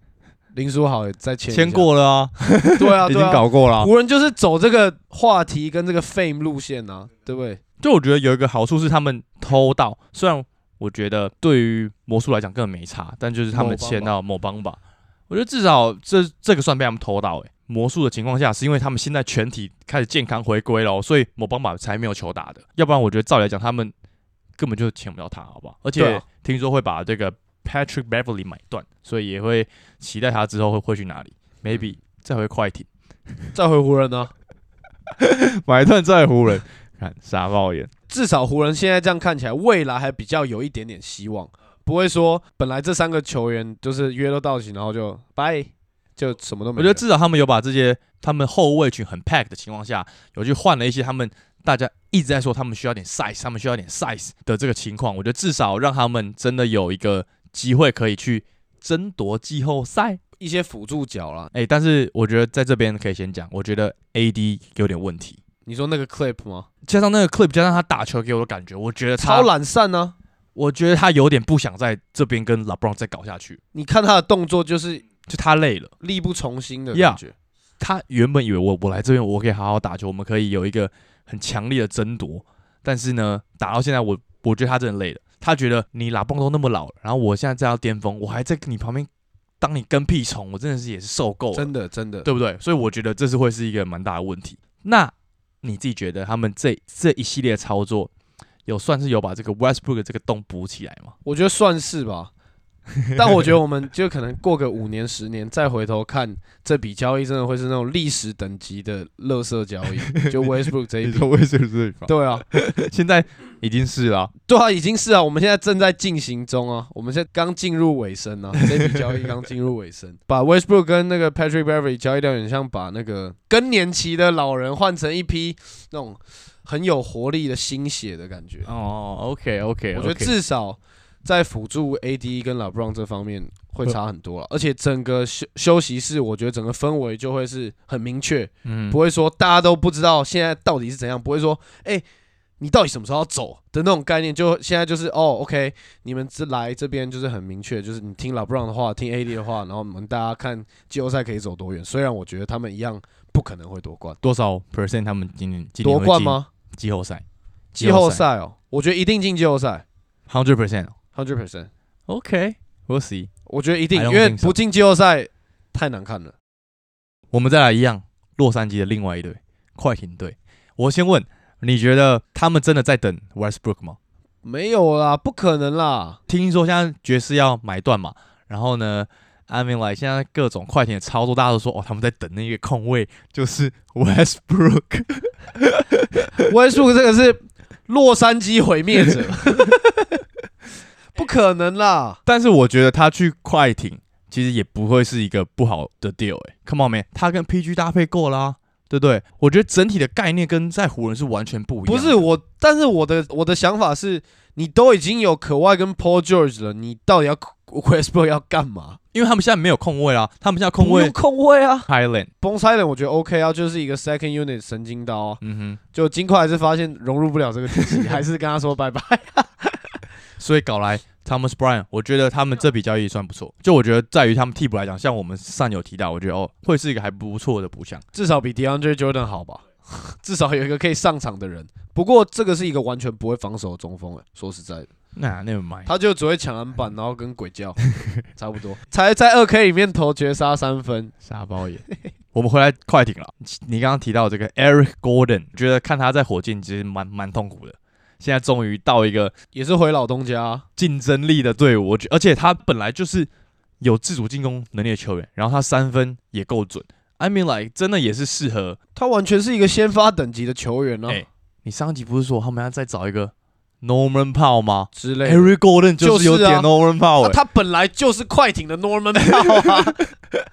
Speaker 2: 林书豪，再签
Speaker 1: *laughs*
Speaker 2: 一下
Speaker 1: 签，过了啊，
Speaker 2: 对啊，
Speaker 1: 已
Speaker 2: 对
Speaker 1: 经
Speaker 2: 啊。
Speaker 1: 搞过了啊。
Speaker 2: 湖人就是走这个话题跟这个 fame 路线啊，对不对？
Speaker 1: 就我觉得有一个好处是他们偷到，虽然我觉得对于魔术来讲根本没差，但就是他们签到某邦吧，我觉得至少这这个算被他们偷到诶、欸魔术的情况下，是因为他们现在全体开始健康回归喽，所以某邦吧才没有球打的，要不然我觉得照理来讲他们根本就签不到他，好不好？而
Speaker 2: 对
Speaker 1: 且
Speaker 2: 啊
Speaker 1: 听说会把这个 Patrick Beverly 买断，所以也会期待他之后会会去哪里，maybe *laughs* 再回快艇，
Speaker 2: 再回湖人啊呢、
Speaker 1: 买断再湖 *laughs* 人，看傻爆眼，
Speaker 2: 至少湖人现在这样看起来，未来还比较有一点点希望，不会说本来这三个球员就是约都到齐，然后就拜，就什么都没
Speaker 1: 我
Speaker 2: 了。
Speaker 1: 觉得至少他们有把这些他们后卫群很 pack 的情况下，有去换了一些他们大家一直在说他们需要点 size，他们需要点 size 的这个情况，我觉得至少让他们真的有一个机会可以去争夺季后赛。
Speaker 2: 一些辅助角啦。
Speaker 1: 哎、但是我觉得在这边可以先讲，我觉得 AD 有点问题，
Speaker 2: 你说那个 clip 吗？
Speaker 1: 加上那个 clip，加上他打球给我的感觉，我觉得他啊
Speaker 2: 超懒散呢、
Speaker 1: 我觉得他有点不想在这边跟 LeBron 再搞下去，
Speaker 2: 你看他的动作就是
Speaker 1: 就他累了。
Speaker 2: 力不从心的
Speaker 1: Yeah
Speaker 2: 感觉。
Speaker 1: 他原本以为我我来这边我可以好好打球，我们可以有一个很强烈的争夺，但是呢，打到现在我我觉得他真的累了。他觉得你拉蹦都那么老了，然后我现在再到巅峰，我还在你旁边当你跟屁虫，我真的是也是受够了，
Speaker 2: 真的真的，
Speaker 1: 对不对？所以我觉得这是会是一个蛮大的问题。那你自己觉得他们这这一系列操作，有算是有把这个 Westbrook 的这个洞补起来吗？
Speaker 2: 我觉得算是
Speaker 1: *laughs*
Speaker 2: 吧。但我觉得我们就可能过个五年、十年，再回头看这笔交易，真的会是那种历史等级的垃圾交易。就 Westbrook 这一
Speaker 1: *laughs*
Speaker 2: 笔，
Speaker 1: Westbrook
Speaker 2: 对啊，
Speaker 1: 现在已经是了、
Speaker 2: 对啊，已经是啊，我们现在正在进行中啊，我们现在刚进入尾声啊，这笔交易刚进入尾声，把 Westbrook 跟那个 Patrick Beverly 交易掉，有点像把那个更年期的老人换成一批那种很有活力的新血的感觉。
Speaker 1: 哦，OK OK，
Speaker 2: 我觉得至少在辅助 AD 跟 LeBron 这方面会差很多了，而且整个休休息室，我觉得整个氛围就会是很明确，
Speaker 1: 嗯
Speaker 2: 不会说大家都不知道现在到底是怎样，不会说哎、你到底什么时候要走的那种概念，就现在就是哦，OK，你们这来这边就是很明确，就是你听 LeBron 的话，听 AD 的话，然后我们大家看季后赛可以走多远。虽然我觉得他们一样不可能会夺冠，
Speaker 1: 多少 percent 他们今年今年
Speaker 2: 夺
Speaker 1: 会
Speaker 2: 冠
Speaker 1: 进
Speaker 2: 吗？
Speaker 1: 季后赛，
Speaker 2: 季后赛哦，我觉得一定进季后赛
Speaker 1: hundred percent。
Speaker 2: ，hundred percent。
Speaker 1: OK，we'll see。
Speaker 2: 我觉得一定
Speaker 1: I，don't
Speaker 2: 因为
Speaker 1: think so.
Speaker 2: 不进季后赛太难看了。
Speaker 1: 我们再来一样，洛杉矶的另外一队快艇队。我先问，你觉得他们真的在等 Westbrook 吗？
Speaker 2: 没有啦，不可能啦。
Speaker 1: 听说现在爵士要买断嘛，然后呢，I mean like 现在各种快艇的操作，大家都说哦，他们在等那个空位，就是 Westbrook。
Speaker 2: Westbrook 这个是洛杉矶毁灭者， *laughs* 不可能啦。
Speaker 1: 但是我觉得他去快艇其实也不会是一个不好的 deal 哎、Come on man，他跟 PG 搭配够啦、对不对？我觉得整体的概念跟在湖人是完全不一样。
Speaker 2: 不是，我，但是我的我的想法是，你都已经有可外跟 Paul George 了，你到底要 Westbrook 要干嘛？
Speaker 1: 因为他们现在没有空位啦，啊他们现在空
Speaker 2: 不
Speaker 1: 位
Speaker 2: 用控卫啊
Speaker 1: Highland，
Speaker 2: 崩 o n s i l e n 我觉得 OK 啊，就是一个 second unit 神经刀啊。
Speaker 1: 嗯哼，
Speaker 2: 就金块还是发现融入不了这个体
Speaker 1: *laughs*
Speaker 2: 系，还是跟他说拜拜。
Speaker 1: 所以搞来 Thomas Bryan，我觉得他们这笔交易算不错。就我觉得在于他们替补来讲，像我们上有提到，我觉得哦会是一个还不错的补强。
Speaker 2: 至少比 DeAndre Jordan 好吧，至少有一个可以上场的人。不过这个是一个完全不会防守的中锋、欸，说实在的，
Speaker 1: 那那 e v m
Speaker 2: 他就只会抢篮板，然后跟鬼叫差不多， *laughs* 才在二 K 里面投绝杀三分。
Speaker 1: 傻包眼。 *laughs* 我们回来快艇了，你刚刚提到这个 Eric Gordon，觉得看他在火箭其实蛮蛮痛苦的，现在终于到一个
Speaker 2: 也是回老东家啊、
Speaker 1: 竞争力的队伍，我觉而且他本来就是有自主进攻能力的球员，然后他三分也够准，I mean like 真的也是适合。
Speaker 2: 他完全是一个先发等级的球员呢、啊
Speaker 1: 哎你上集不是说他们要再找一个 Norman Powell 吗
Speaker 2: 之类的。
Speaker 1: ？Eric Gordon 就是有
Speaker 2: 就是啊
Speaker 1: 点 Norman Powell，、
Speaker 2: 啊他本来就是快艇的 Norman Powell 啊，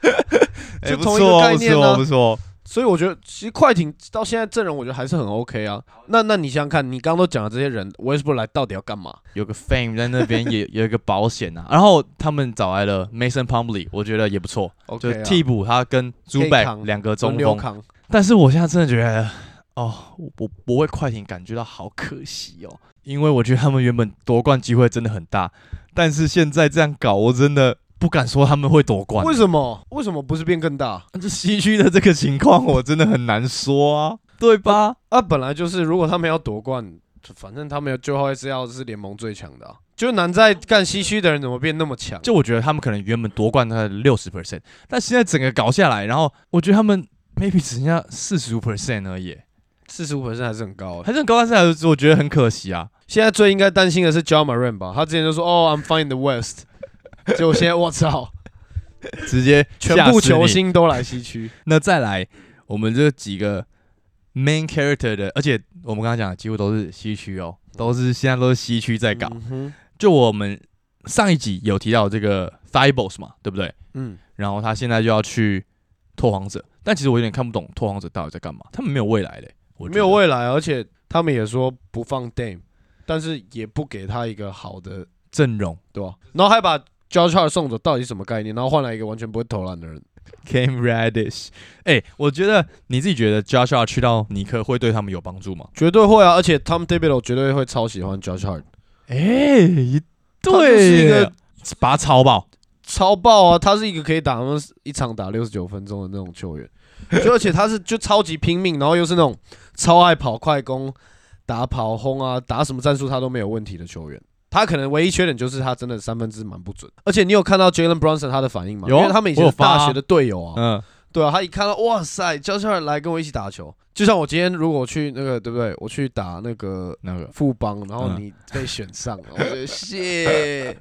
Speaker 2: *laughs*
Speaker 1: 哎
Speaker 2: 就
Speaker 1: 不
Speaker 2: 同一个
Speaker 1: 错
Speaker 2: 概
Speaker 1: 不
Speaker 2: 念
Speaker 1: 错
Speaker 2: 啊
Speaker 1: 不错，
Speaker 2: 所以我觉得其实快艇到现在阵容我觉得还是很 OK 啊。那那你想想看，你刚刚都讲了这些人，Westbrook 来到底要干嘛？
Speaker 1: 有个 fame 在那边也 *laughs* 有一个保险啊。然后他们找来了 Mason Plumlee，我觉得也不错。就
Speaker 2: OK
Speaker 1: 是
Speaker 2: 啊
Speaker 1: 替补他跟
Speaker 2: 以
Speaker 1: Zubac
Speaker 2: 扛
Speaker 1: 两个
Speaker 2: 轮
Speaker 1: 中
Speaker 2: 流
Speaker 1: 锋，
Speaker 2: 扛，
Speaker 1: 但是我现在真的觉得，哦，我我我为快艇感觉到好可惜哦，因为我觉得他们原本夺冠机会真的很大，但是现在这样搞，我真的不敢说他们会夺冠。
Speaker 2: 为什么？为什么不是变更大？
Speaker 1: 这西区的这个情况，我真的很难说啊，对吧？
Speaker 2: 啊，本来就是，如果他们要夺冠，反正他们有最后一次要是联盟最强的、啊，就难在干西区的人怎么变那么强。
Speaker 1: 就我觉得他们可能原本夺冠他六十 percent，但现在整个搞下来，然后我觉得他们 maybe 只剩下四十五 percent 而已，
Speaker 2: 四十五分还是很高、欸。
Speaker 1: 还是很高，但是还是我觉得很可惜啊。
Speaker 2: 现在最应该担心的是 j o h n m a r a n 吧，他之前就说哦、i m fine in the West，结 *laughs* 果现在我操，
Speaker 1: 直接
Speaker 2: 全
Speaker 1: *laughs* 吓死你
Speaker 2: 部球星都来西区，
Speaker 1: 那再来，我们这几个 main character 的，而且我们刚刚讲的几乎都是西区哦，都是现在都是西区在搞。
Speaker 2: 嗯哼
Speaker 1: 就我们上一集有提到这个 Thibos 嘛，对不对？
Speaker 2: 嗯，
Speaker 1: 然后他现在就要去拓荒者，但其实我有点看不懂拓荒者到底在干嘛，他们没有未来的、我觉得
Speaker 2: 没有未来，而且他们也说不放 Dame，但是也不给他一个好的，
Speaker 1: 阵容
Speaker 2: 对吧、然后还把 Josh Hart 送走，到底什么概念？然后换来一个完全不会投篮的人，
Speaker 1: Cam Radish。哎、我觉得你自己觉得 Joshua 去到尼克会对他们有帮助吗？
Speaker 2: 绝对会啊！而且 Tom d a b i d o 绝对会超喜欢 Josh Hart，
Speaker 1: 哎、
Speaker 2: 他就是一
Speaker 1: 对
Speaker 2: 个
Speaker 1: 耶，把他超爆。
Speaker 2: 超爆啊！他是一个可以打那么一场打六十九分钟的那种球员，就而且他是就超级拼命，然后又是那种超爱跑快攻、打跑轰啊，打什么战术他都没有问题的球员。他可能唯一缺点就是他真的三分之蛮不准，而且你有看到 Jalen Brunson 他的反应吗？
Speaker 1: 有啊
Speaker 2: 因为他们以
Speaker 1: 我
Speaker 2: 前
Speaker 1: 有发啊
Speaker 2: 大学的队友啊，
Speaker 1: 嗯，
Speaker 2: 对啊，他一看到哇塞，教授来跟我一起打球，就像我今天如果去那个对不对，我去打那个
Speaker 1: 那个
Speaker 2: 富邦，然后
Speaker 1: 嗯
Speaker 2: 你被选上了，我觉
Speaker 1: *laughs*
Speaker 2: 得谢。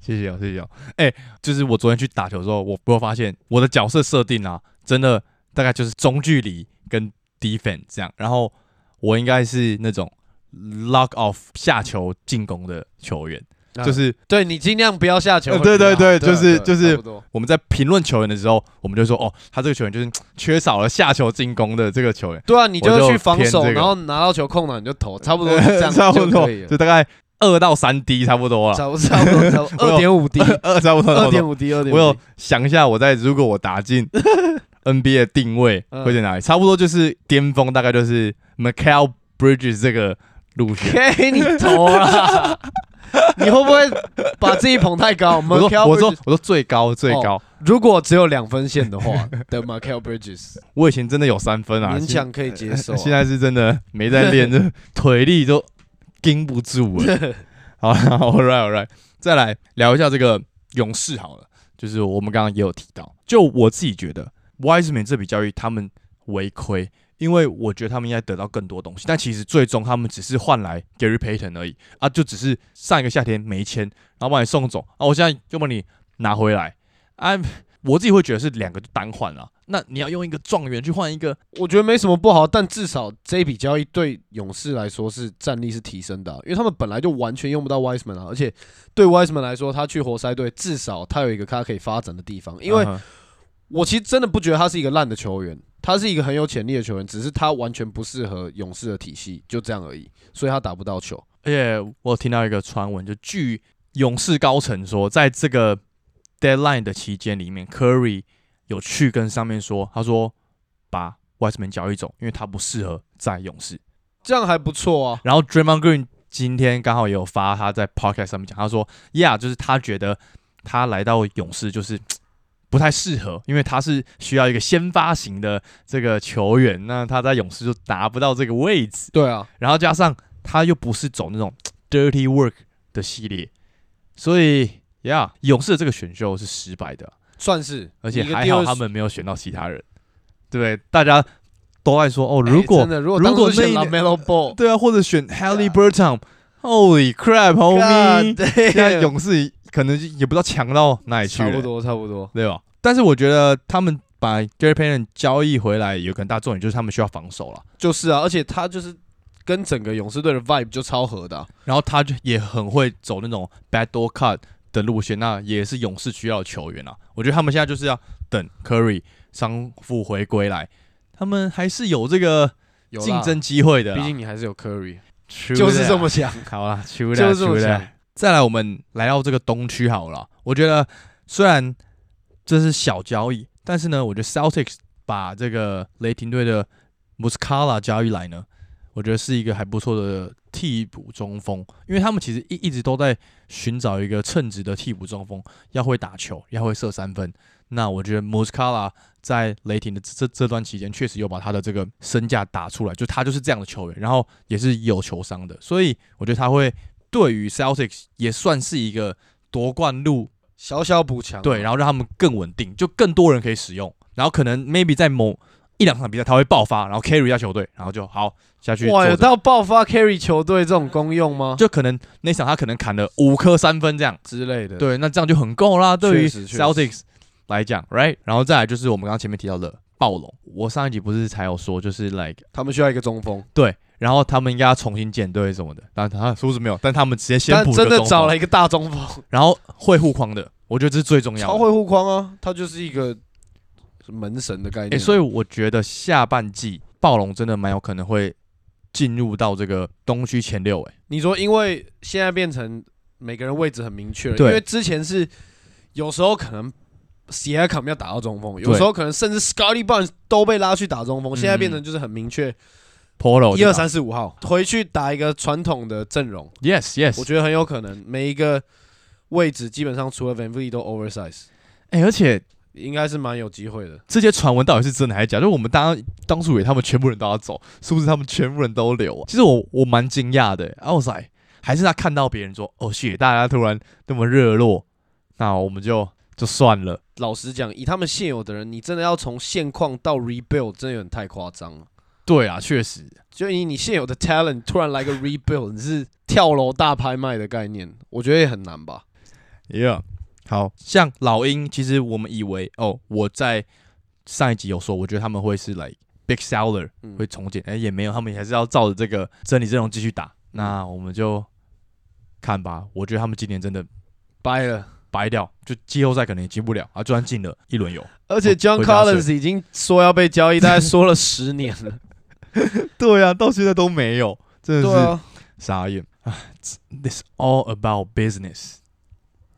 Speaker 1: 谢谢哦，谢谢哦。哎、就是我昨天去打球的时候，我不会发现我的角色设定啊，真的大概就是中距离跟 defense 这样，然后我应该是那种 lock off 下球进攻的球员，
Speaker 2: 啊
Speaker 1: 就是
Speaker 2: 对你尽量不要下球
Speaker 1: 呃
Speaker 2: 会比较
Speaker 1: 对
Speaker 2: 好。
Speaker 1: 对对
Speaker 2: 啊
Speaker 1: 就是
Speaker 2: 对
Speaker 1: 就是
Speaker 2: 差不多
Speaker 1: 我们在评论球员的时候，我们就说哦，他这个球员就是缺少了下球进攻的这个球员，
Speaker 2: 对啊，你
Speaker 1: 我就
Speaker 2: 就去防
Speaker 1: 偏这
Speaker 2: 守，
Speaker 1: 个
Speaker 2: 然后拿到球空档你就投，差不
Speaker 1: *laughs*
Speaker 2: 多是这样，
Speaker 1: 差不多
Speaker 2: 可以了
Speaker 1: 就大概二到三 D 差不多了，
Speaker 2: 差不多 *laughs* 差不多差不
Speaker 1: 我
Speaker 2: 多
Speaker 1: 有
Speaker 2: 二点五 D，
Speaker 1: 二差不多，差
Speaker 2: 二
Speaker 1: 不多
Speaker 2: 点五 D，二点
Speaker 1: 我有想一下，我在如果我打
Speaker 2: *laughs*
Speaker 1: 进 NBA 的定位
Speaker 2: 嗯
Speaker 1: 会在哪里？差不多就是巅峰，大概就是 Michael Bridges 这个路
Speaker 2: *laughs*
Speaker 1: 线。
Speaker 2: 给你
Speaker 1: *laughs*
Speaker 2: 投了。你会不会把自己捧太高？
Speaker 1: 我
Speaker 2: 我们
Speaker 1: 说我说我说最高最高，
Speaker 2: 如果只有两分线的话的 m i c a e l Bridges
Speaker 1: *laughs* 我以前真的有三分啊，
Speaker 2: 勉强可以接
Speaker 1: 现
Speaker 2: 受啊。
Speaker 1: 现在是真
Speaker 2: *laughs*
Speaker 1: 的没在练，这腿力都盯不住
Speaker 2: *laughs*
Speaker 1: 了。好啦，All right All right，再来聊一下这个勇士好了，就是我们刚刚也有提到，就我自己觉得 Wiseman 这笔交易他们违亏，因为我觉得他们应该得到更多东西，但其实最终他们只是换来 Gary Payton 而已啊，就只是上一个夏天没签，然后把你送走啊，我现在就把你拿回来啊。我自己会觉得是两个就单换啊，那你要用一个状元去换一个
Speaker 2: 我觉得没什么不好，但至少这一笔交易对勇士来说是战力是提升的啊、因为他们本来就完全用不到 Wiseman 啊，而且对 Wiseman 来说，他去活塞队至少他有一个他可以发展的地方，因为
Speaker 1: 嗯哼
Speaker 2: 我其实真的不觉得他是一个烂的球员，他是一个很有潜力的球员，只是他完全不适合勇士的体系，就这样而已，所以他打不到球。
Speaker 1: 而且我有听到一个传闻，就据勇士高层说，在这个 deadline 的期间里面，Curry 有去跟上面说，他说把 Wiseman 交易走，因为他不适合在勇士。
Speaker 2: 这样还不错啊，
Speaker 1: 然后 Draymond Green 今天刚好也有发他在 podcast 上面讲，他说，Yeah，就是他觉得他来到勇士就是嘖不太适合，因为他是需要一个先发型的这个球员，那他在勇士就达不到这个位置。
Speaker 2: 对啊，
Speaker 1: 然后加上他又不是走那种 dirty work 的系列，所以呀勇士的这个选秀是失败的，
Speaker 2: 算是，
Speaker 1: 而且
Speaker 2: 你一个
Speaker 1: 还
Speaker 2: 第
Speaker 1: 好
Speaker 2: 二
Speaker 1: 他们没有选到其他人。对，大家都在说哦，如果、
Speaker 2: 哎真的如果
Speaker 1: 如
Speaker 2: 当
Speaker 1: 果
Speaker 2: 初选
Speaker 1: 那一
Speaker 2: Lamelo
Speaker 1: *laughs*
Speaker 2: Ball，
Speaker 1: 对啊，或者选 Halliburton，Holy crap，homie！现在勇士可能也不知道强到哪里去
Speaker 2: 差
Speaker 1: 了，
Speaker 2: 不多差不多，
Speaker 1: 对吧？但是我觉得他们把 Gary Payton 交易回来，有个很大重点就是他们需要防守了。
Speaker 2: 就是啊，而且他就是跟整个勇士队的 vibe 就超合的啊、
Speaker 1: 然后他就也很会走那种 bad door cut 的路线，那也是勇士需要的球员啊。我觉得他们现在就是要等 Curry 伤复回归来，他们还是有这个
Speaker 2: 有啦
Speaker 1: 竞，争机会的啦。
Speaker 2: 毕竟你还是有 Curry，
Speaker 1: True
Speaker 2: 就是这
Speaker 1: that
Speaker 2: 么想，
Speaker 1: 好啦，出
Speaker 2: 就是这么想
Speaker 1: that。再来，我们来到这个东区好了。我觉得虽然这是小交易，但是呢，我觉得 Celtics 把这个雷霆队的 Muscala 交易来呢，我觉得是一个还不错的替补中锋，因为他们其实一一直都在寻找一个称职的替补中锋，要会打球，要会射三分。那我觉得 Muscala 在雷霆的这这这段期间，确实有把他的这个身价打出来，就他就是这样的球员，然后也是有球商的，所以我觉得他会对于 Celtics 也算是一个夺冠路
Speaker 2: 小小补强啊，
Speaker 1: 对，然后让他们更稳定，就更多人可以使用，然后可能 maybe 在某一两场比赛他会爆发，然后 carry 一下球队，然后就好下去做
Speaker 2: 哇，有
Speaker 1: 这个，
Speaker 2: 到爆发 carry 球队这种功用吗？
Speaker 1: 就可能那场他可能砍了五颗三分这样，
Speaker 2: 之类的，，
Speaker 1: 对，那这样就很够啦，对于
Speaker 2: 确实确实
Speaker 1: Celtics 来讲，right，然后再来就是我们刚刚前面提到的暴龙，我上一集不是才有说，就是 like
Speaker 2: 他们需要一个中锋，
Speaker 1: 对。然后他们应该要重新建队什么的，但他是不是没有？但他们直接先
Speaker 2: 但
Speaker 1: 补一个
Speaker 2: 真的
Speaker 1: 中
Speaker 2: 找
Speaker 1: 锋
Speaker 2: 了一个大中锋，
Speaker 1: 然后会护框的，我觉得这是最重要
Speaker 2: 超
Speaker 1: 的。
Speaker 2: 会护框啊，他就是一个门神的概
Speaker 1: 哎、
Speaker 2: 念，啊
Speaker 1: 所
Speaker 2: 以
Speaker 1: 以我觉得下半季暴龙真的蛮有可能会进入到这个东区前六、欸，
Speaker 2: 你说，因为现在变成每个人位置很明确了，因
Speaker 1: 对
Speaker 2: 为之前是有时候可能 c i c o m 要打到中锋，有
Speaker 1: 对
Speaker 2: 时候可能甚至 Scotty b o n s 都被拉去打中
Speaker 1: 嗯
Speaker 2: 锋，
Speaker 1: 哦
Speaker 2: 现在变成就是很明确，
Speaker 1: Polo
Speaker 2: 一
Speaker 1: 对吧
Speaker 2: 二三四五号回去打一个传统的阵容，
Speaker 1: ，Yes Yes，
Speaker 2: 我觉得很有可能每一个位置基本上除了 Van v l e 都 oversize，
Speaker 1: 哎、而且
Speaker 2: 应该是蛮有机会的。
Speaker 1: 这些传闻到底是真的还是假？就是我们当当初以为他们全部人都要走，殊不知他们全部人都留啊。其实我我蛮惊讶的、欸，啊，我塞，还是他看到别人说哦，谢大家突然那么热络，那我们就就算了。
Speaker 2: 老实讲，以他们现有的人，你真的要从现况到 rebuild，真的有点太夸张了。
Speaker 1: 对啊，确实，
Speaker 2: 就以你现有的 talent 突然来个 rebuild，你是跳楼大拍卖的概念，我觉得也很难吧。
Speaker 1: Yeah，好像老鹰，其实我们以为哦，我在上一集有说，我觉得他们会是 like big seller
Speaker 2: 嗯
Speaker 1: 会重建，哎、也没有，他们还是要照着这个真理阵容继续打。那我们就看吧，我觉得他们今年真的
Speaker 2: 掰了。
Speaker 1: 白掉，就季后赛可能也进不了啊，就算进了一轮游。
Speaker 2: 而且 John
Speaker 1: 回答是
Speaker 2: Collins 已经说要被交易，大概说了十年了。
Speaker 1: 对啊，到现在都没有，真
Speaker 2: *laughs* 对啊，
Speaker 1: 傻眼啊！This all about business,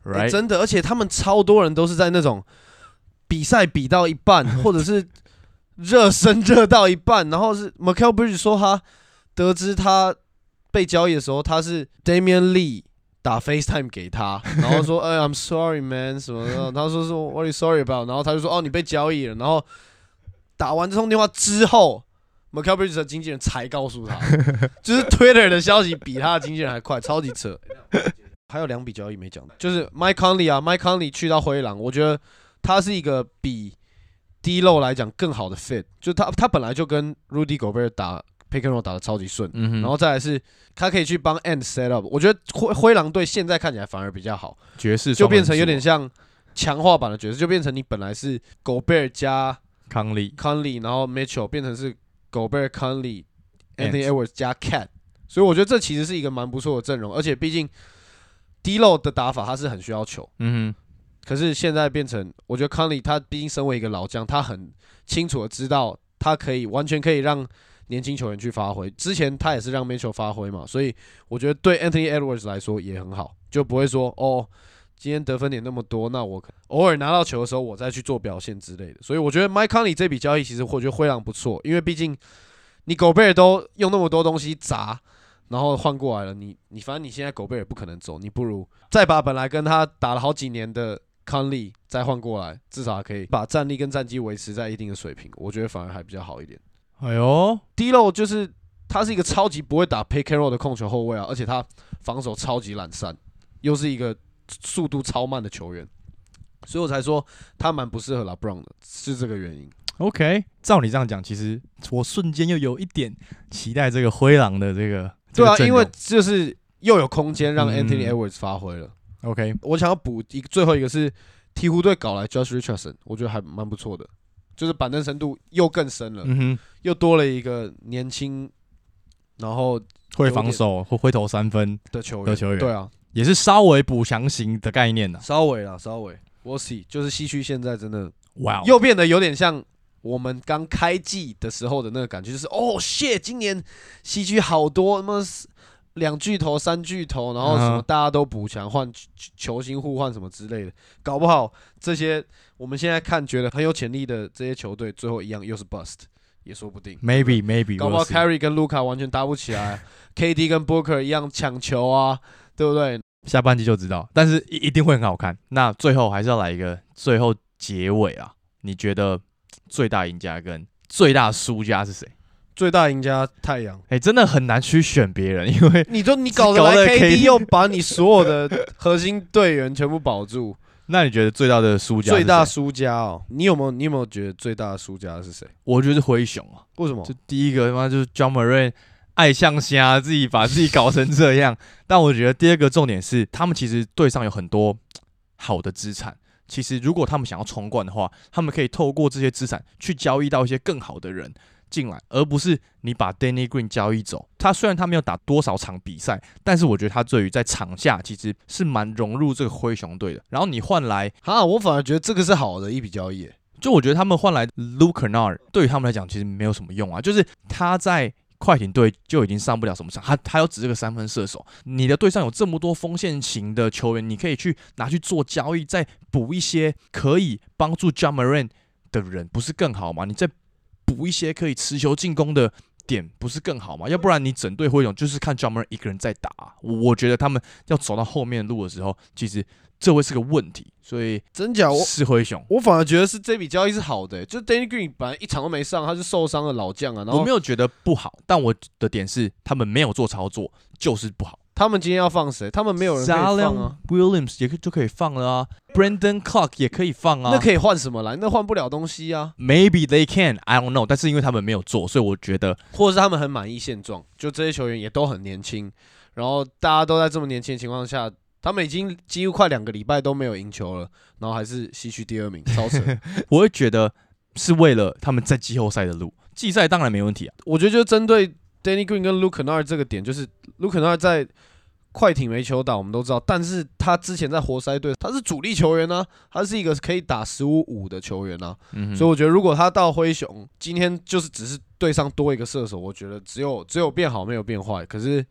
Speaker 2: 欸
Speaker 1: right？
Speaker 2: 真的，而且他们超多人都是在那种比赛比到一半，或者是热身热到一半，然后是 Michael Bridge 说他得知他被交易的时候，他是 Damian Lee 打 FaceTime 给他，然后说，哎，I'm sorry man 什么的，他说说 What are you sorry about？然后他就说，哦，你被交易了。然后打完这通电话之后。Michael Bridge 的经纪人才告诉他，就是 Twitter 的消息比他的经纪人还快，超级扯。还有两笔交易没讲，就是 Mike Conley 啊，Mike Conley 去到灰狼，我觉得他是一个比 D l o 来讲更好的 fit，就他他本来就跟 Rudy Gobert 打 pick and roll 打的超级顺，
Speaker 1: 嗯哼
Speaker 2: 然后再来是他可以去帮 End set up，我觉得灰灰狼队现在看起来反而比较好，
Speaker 1: 爵士
Speaker 2: 就变成有点像强化版的角色，就变成你本来是 Gobert 加
Speaker 1: 康利，
Speaker 2: Conley，然后 Mitchell 变成是 Gobert Conley
Speaker 1: Ant
Speaker 2: Anthony Edwards 加 Cat，所以我觉得这其实是一个蛮不错的阵容，而且毕竟 D l o 的打法他是很需要球，
Speaker 1: 嗯
Speaker 2: 可是现在变成我觉得康利他毕竟身为一个老将，他很清楚的知道他可以完全可以让年轻球员去发挥，之前他也是让 Mitchell 发挥嘛，所以我觉得对 Anthony Edwards 来说也很好，就不会说哦。今天得分点那么多，那我偶尔拿到球的时候，我再去做表现之类的。所以我觉得 Mike Conley 这笔交易其实我觉得灰狼不错，因为毕竟你狗贝尔都用那么多东西砸，然后换过来了，你你反正你现在狗贝尔不可能走，你不如再把本来跟他打了好几年的康利再换过来，至少还可以把战力跟战绩维持在一定的水平，我觉得反而还比较好一点。
Speaker 1: 哼，哎呦，
Speaker 2: D l o 就是他是一个超级不会打 pick and roll 的控球后卫啊，而且他防守超级懒散，又是一个速度超慢的球员，所以我才说他蛮不适合 LeBron 的，是这个原因。
Speaker 1: OK，照你这样讲，其实我瞬间又有一点期待这个灰狼的这个
Speaker 2: 对啊，
Speaker 1: 这个阵
Speaker 2: 因
Speaker 1: 容
Speaker 2: 为就是又有空间让
Speaker 1: 嗯
Speaker 2: Anthony Edwards 发挥了。
Speaker 1: OK
Speaker 2: 我想要补一个最后一个是鹈鹕队搞来 Josh Richardson，我觉得还蛮不错的，就是板凳深度又更深了，
Speaker 1: 嗯哼，
Speaker 2: 又多了一个年轻，然后
Speaker 1: 会防守会会投三分，
Speaker 2: 的球员，
Speaker 1: 的球员啊
Speaker 2: 对啊，
Speaker 1: 也是稍微补强型的概念呐、
Speaker 2: 稍微啦，稍微，We'll see，就是西区现在真的
Speaker 1: 哇、
Speaker 2: 又变得有点像我们刚开季的时候的那个感觉，就是哦，shit，今年西区好多什么两巨头、三巨头，然后什么
Speaker 1: 嗯哼
Speaker 2: 大家都补强换球球星互换什么之类的，搞不好这些我们现在看觉得很有潜力的这些球队，最后一样又是 bust，也说不定。
Speaker 1: maybe maybe，
Speaker 2: 搞不好
Speaker 1: we'll see
Speaker 2: Carry 跟 Luca 完全搭不起 *laughs* 来，KD 跟 Booker 一样抢球啊，对不对？
Speaker 1: 下半季就知道，但是一一定会很好看。那最后还是要来一个最后结尾啊，你觉得最大赢家跟最大输家是谁？
Speaker 2: 最大赢家太阳。
Speaker 1: 哎、真的很难去选别人，因为
Speaker 2: 你就你搞得
Speaker 1: 搞
Speaker 2: 来
Speaker 1: 得
Speaker 2: KD
Speaker 1: KD
Speaker 2: 又把你所有的核心队员全部保住，
Speaker 1: 那你觉得最大的输家是
Speaker 2: *laughs* 最大
Speaker 1: 谁，
Speaker 2: 输家哦，你有没有你有没有觉得最大的输家是谁？
Speaker 1: 我觉得是灰熊啊。
Speaker 2: 为什么
Speaker 1: 就？第一个他妈就是 John Moran 爱像虾，自己把自己搞成这样。 *laughs* 但我觉得第二个重点是，他们其实队上有很多好的资产。其实如果他们想要冲冠的话，他们可以透过这些资产去交易到一些更好的人进来，而不是你把 Danny Green 交易走。他虽然他没有打多少场比赛，但是我觉得他对于在场下其实是蛮融入这个灰熊队的。然后你换来
Speaker 2: 啊，我反而觉得这个是好的一笔交易耶，
Speaker 1: 就我觉得他们换来 Luke Kennard 对于他们来讲其实没有什么用啊，就是他在快艇队就已经上不了什么场，他他又只是个三分射手。你的队上有这么多锋线型的球员，你可以去拿去做交易，再补一些可以帮助 j a m a r a n 的人，不是更好吗？你再补一些可以持球进攻的点，不是更好吗？要不然你整队灰熊就是看 j a m a r a n 一个人在打、我我觉得他们要走到后面的路的时候，其实这会是个问题。所以
Speaker 2: 真假啊我
Speaker 1: 是灰熊，
Speaker 2: 我反而觉得是这笔交易是好的、欸就 Danny Green 本来一场都没上，他是受伤的老将啊，然
Speaker 1: 我
Speaker 2: 后
Speaker 1: 没有觉得不好，但我的点是他们没有做操作，就是不好。
Speaker 2: 他们今天要放谁？他们没有人可以放啊。
Speaker 1: Zion Williams 也可以就可以放了啊，Brandon Clark 也可以放啊。
Speaker 2: 那可以换什么来？那换不了东西啊，
Speaker 1: Maybe they can, I don't know。但是因为他们没有做，所以我觉得
Speaker 2: 或者是他们很满意现状，就这些球员也都很年轻，然后大家都在这么年轻的情况下，他们已经几乎快两个礼拜都没有赢球了，然后还是西区第二名，超扯。
Speaker 1: 我会觉得是为了他们在季后赛的路。季赛当然没问题啊，
Speaker 2: 我觉得就针对 Danny Green 跟 Luke Kennard 这个点，就是 Luke Kennard 在快艇没球打，我们都知道，但是他之前在活塞队他是主力球员呢、啊他是一个可以打十五五的球员啊呢、
Speaker 1: 嗯
Speaker 2: 所以
Speaker 1: 所以
Speaker 2: 我觉得如果他到灰熊，今天就是只是队上多一个射手，我觉得只有只有变好没有变坏。可是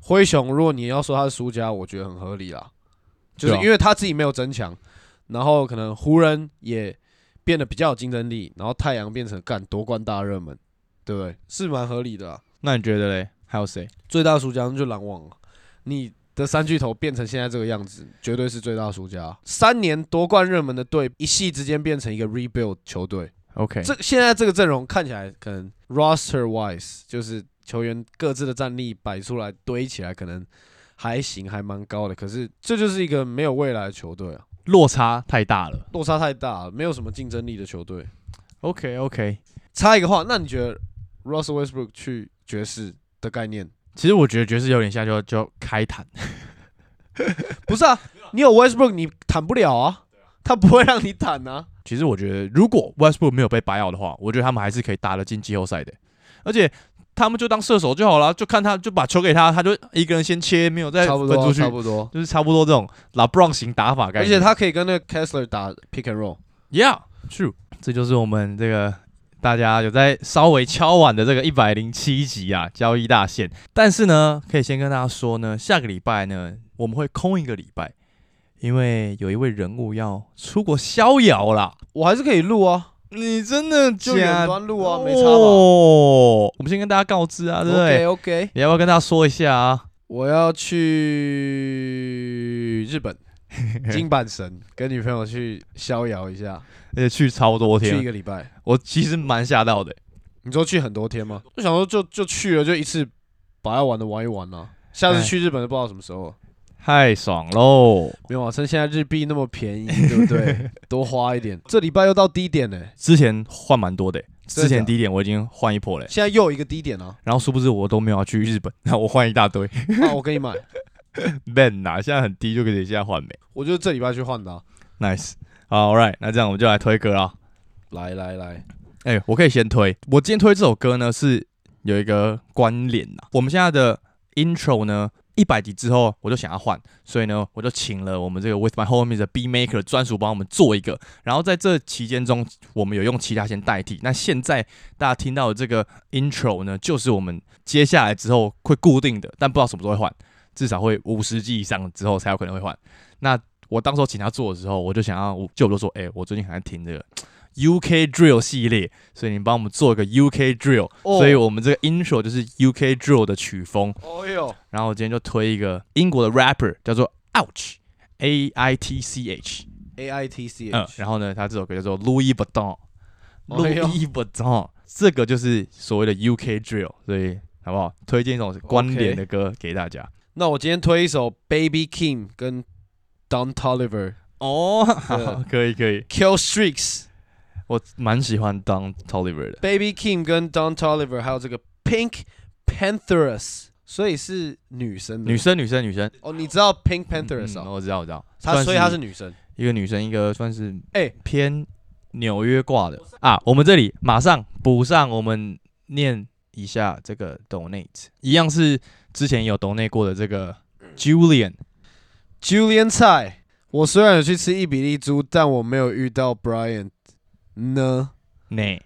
Speaker 2: 灰熊，如果你要说他是输家，我觉得很合理啦，就是
Speaker 1: 对啊
Speaker 2: 因为他自己没有增强，然后可能湖人也变得比较有竞争力，然后太阳变成干夺冠大热门，对不对？是蛮合理的啦。
Speaker 1: 那你觉得嘞？还有谁？
Speaker 2: 最大输家那就篮网了，你的三巨头变成现在这个样子，绝对是最大输家。三年夺冠热门的队，一夕之间变成一个 rebuild 球队。
Speaker 1: OK，
Speaker 2: 这现在这个阵容看起来，可能 roster wise 就是球员各自的战力摆出来堆起来，可能还行，还蛮高的。可是这就是一个没有未来的球队啊，
Speaker 1: 落差太大了。
Speaker 2: 落差太大，没有什么竞争力的球队。
Speaker 1: OK OK，
Speaker 2: 插一个话，那你觉得 Russell Westbrook 去爵士的概念？
Speaker 1: 其实我觉得爵士有点像就要就要开坛，
Speaker 2: 不是啊，你有 Westbrook 你谈不了啊，他不会让你谈啊。
Speaker 1: 其实我觉得，如果 Westbrook 没有被白咬的话，我觉得他们还是可以打得进季后赛的。而且他们就当射手就好了，就看他就把球给他，他就一个人先切，没有再
Speaker 2: 差
Speaker 1: 分
Speaker 2: 不多啊、
Speaker 1: 出去
Speaker 2: 差，不多。
Speaker 1: 就是差不多这种 LeBron 型打法概
Speaker 2: 而
Speaker 1: 念。
Speaker 2: 且他可以跟那个 Kessler 打 pick and roll。
Speaker 1: Yeah true，这就是我们这个大家有在稍微敲碗的这个一百零七集啊，交易大限。但是呢，可以先跟大家说呢，下个礼拜呢我们会空一个礼拜，因为有一位人物要出国逍遥啦。
Speaker 2: 我还是可以录啊，
Speaker 1: 你真的
Speaker 2: 就远
Speaker 1: 假
Speaker 2: 端录啊，没差吧？
Speaker 1: 哦，我们先跟大家告知啊，对不对
Speaker 2: OK OK，
Speaker 1: 你要不要跟大家说一下啊？
Speaker 2: 我要去
Speaker 1: *laughs*
Speaker 2: 日本金板神，跟女朋友去逍遥一下，
Speaker 1: 而且去超多
Speaker 2: 去一
Speaker 1: 天，啊
Speaker 2: 个礼拜。
Speaker 1: 我其实蛮吓到的。
Speaker 2: 你说去很多天吗？就想说就就去了，就一次把要玩的玩一玩啊。下次去日本都不知道什么时候了。啊
Speaker 1: 太爽喽！
Speaker 2: 没有啊，趁现在日币那么便宜，对
Speaker 1: *laughs*
Speaker 2: 不对？多花一点。这礼拜又到低点呢、
Speaker 1: 之前换蛮多的、
Speaker 2: 真的
Speaker 1: 之前
Speaker 2: 假的
Speaker 1: 低点我已经换一波嘞、
Speaker 2: 现在又一个低点啊。
Speaker 1: 然后殊不知我都没有要去日本，那我换一大堆。 *laughs*
Speaker 2: 那我给你买，
Speaker 1: man 呐、现在很低就可以现在换没
Speaker 2: 我就这礼拜去换的啊、
Speaker 1: ？Nice，好，Alright，那这样我们就来推歌啊啦。
Speaker 2: 来来来，
Speaker 1: 哎、我可以先推。我今天推这首歌呢，是有一个关联呐、我们现在的 intro 呢，一百集之后我就想要换，所以呢，我就请了我们这个 With My Homies 的 B Maker 专属帮我们做一个。然后在这期间中，我们有用其他先代替。那现在大家听到的这个 intro 呢，就是我们接下来之后会固定的，但不知道什么时候会换，至少会五十集以上之后才有可能会换。那我当时候请他做的时候，我就想要，我就我就说，哎、我最近很爱听这个 UK Drill 系列，所以你帮我们做一个 UK Drill，、
Speaker 2: 哦
Speaker 1: 所以我们这个 intro 就是 UK Drill 的曲风。
Speaker 2: 哦哟，
Speaker 1: 然后我今天就推一个英国的 rapper 叫做 Ouch，A I T C H，
Speaker 2: A I T C
Speaker 1: 嗯，
Speaker 2: H，
Speaker 1: 然后呢，他这首歌叫做 Louis Vuitton，路
Speaker 2: 哎呦
Speaker 1: 易不懂，这个就是所谓的 UK drill，所以好不好？推荐一种关联的歌给大家。
Speaker 2: 那我今天推一首 Baby Kim 跟 Don Toliver
Speaker 1: 哦、
Speaker 2: 对
Speaker 1: *laughs* 可以可以，
Speaker 2: Kill Streaks。
Speaker 1: 我蛮喜欢当 Tolliver 的。
Speaker 2: Baby Kim 跟 Don Toliver，还有这个 Pink Panthers，所以是女生的
Speaker 1: 女生，女生，女生。
Speaker 2: 哦。你知道 Pink
Speaker 1: 嗯
Speaker 2: Panthers 啊、
Speaker 1: 我知道，我知道。
Speaker 2: 她
Speaker 1: 算
Speaker 2: 所以她是女生。
Speaker 1: 一个女生，一个算是
Speaker 2: 哎
Speaker 1: 偏纽约挂的啊。我们这里马上补上，我们念一下这个 donate，一样是之前有 donate 过的这个 Julian。
Speaker 2: Julian 菜，我虽然有去吃伊比利猪，但我没有遇到 Brian 呢。
Speaker 1: 呢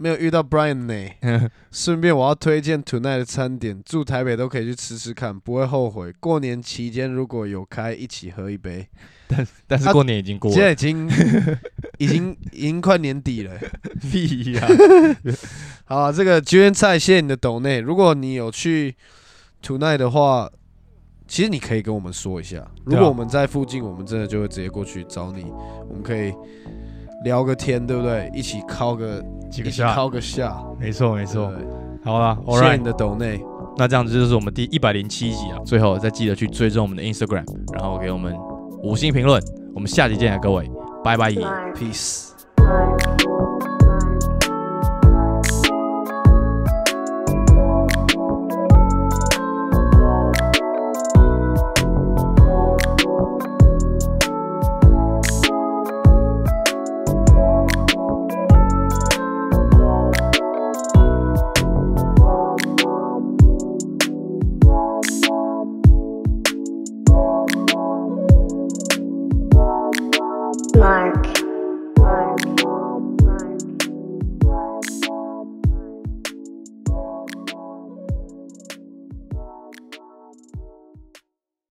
Speaker 2: 没有遇到 Brian 呢。顺便我要推荐 Tonight 的餐点，住台北都可以去吃吃看，不会后悔。过年期间如果有开，一起喝一杯。
Speaker 1: *laughs* 但是
Speaker 2: 啊
Speaker 1: 过年已经过
Speaker 2: 现
Speaker 1: 了，
Speaker 2: 在已经已经已经快年底了。
Speaker 1: 屁呀！
Speaker 2: 好啊，这个菊园菜，谢谢你的抖内。如果你有去 Tonight 的话，其实你可以跟我们说一下。如
Speaker 1: 对啊
Speaker 2: 果我们在附近，我们真的就会直接过去找你，我们可以聊个天，对不对？一起敲个
Speaker 1: *laughs* 几
Speaker 2: 一
Speaker 1: 个
Speaker 2: 起
Speaker 1: 下，
Speaker 2: 敲个下，
Speaker 1: 没错没错。
Speaker 2: 对
Speaker 1: 好啦
Speaker 2: 谢谢
Speaker 1: ，Alright，
Speaker 2: 你的抖内，
Speaker 1: 那这样子就是我们第一百零七集啊。最后再记得去追踪我们的 Instagram，然后给我们五星评论。我们下集见啊，各位，拜拜。
Speaker 3: Bye.
Speaker 2: peace。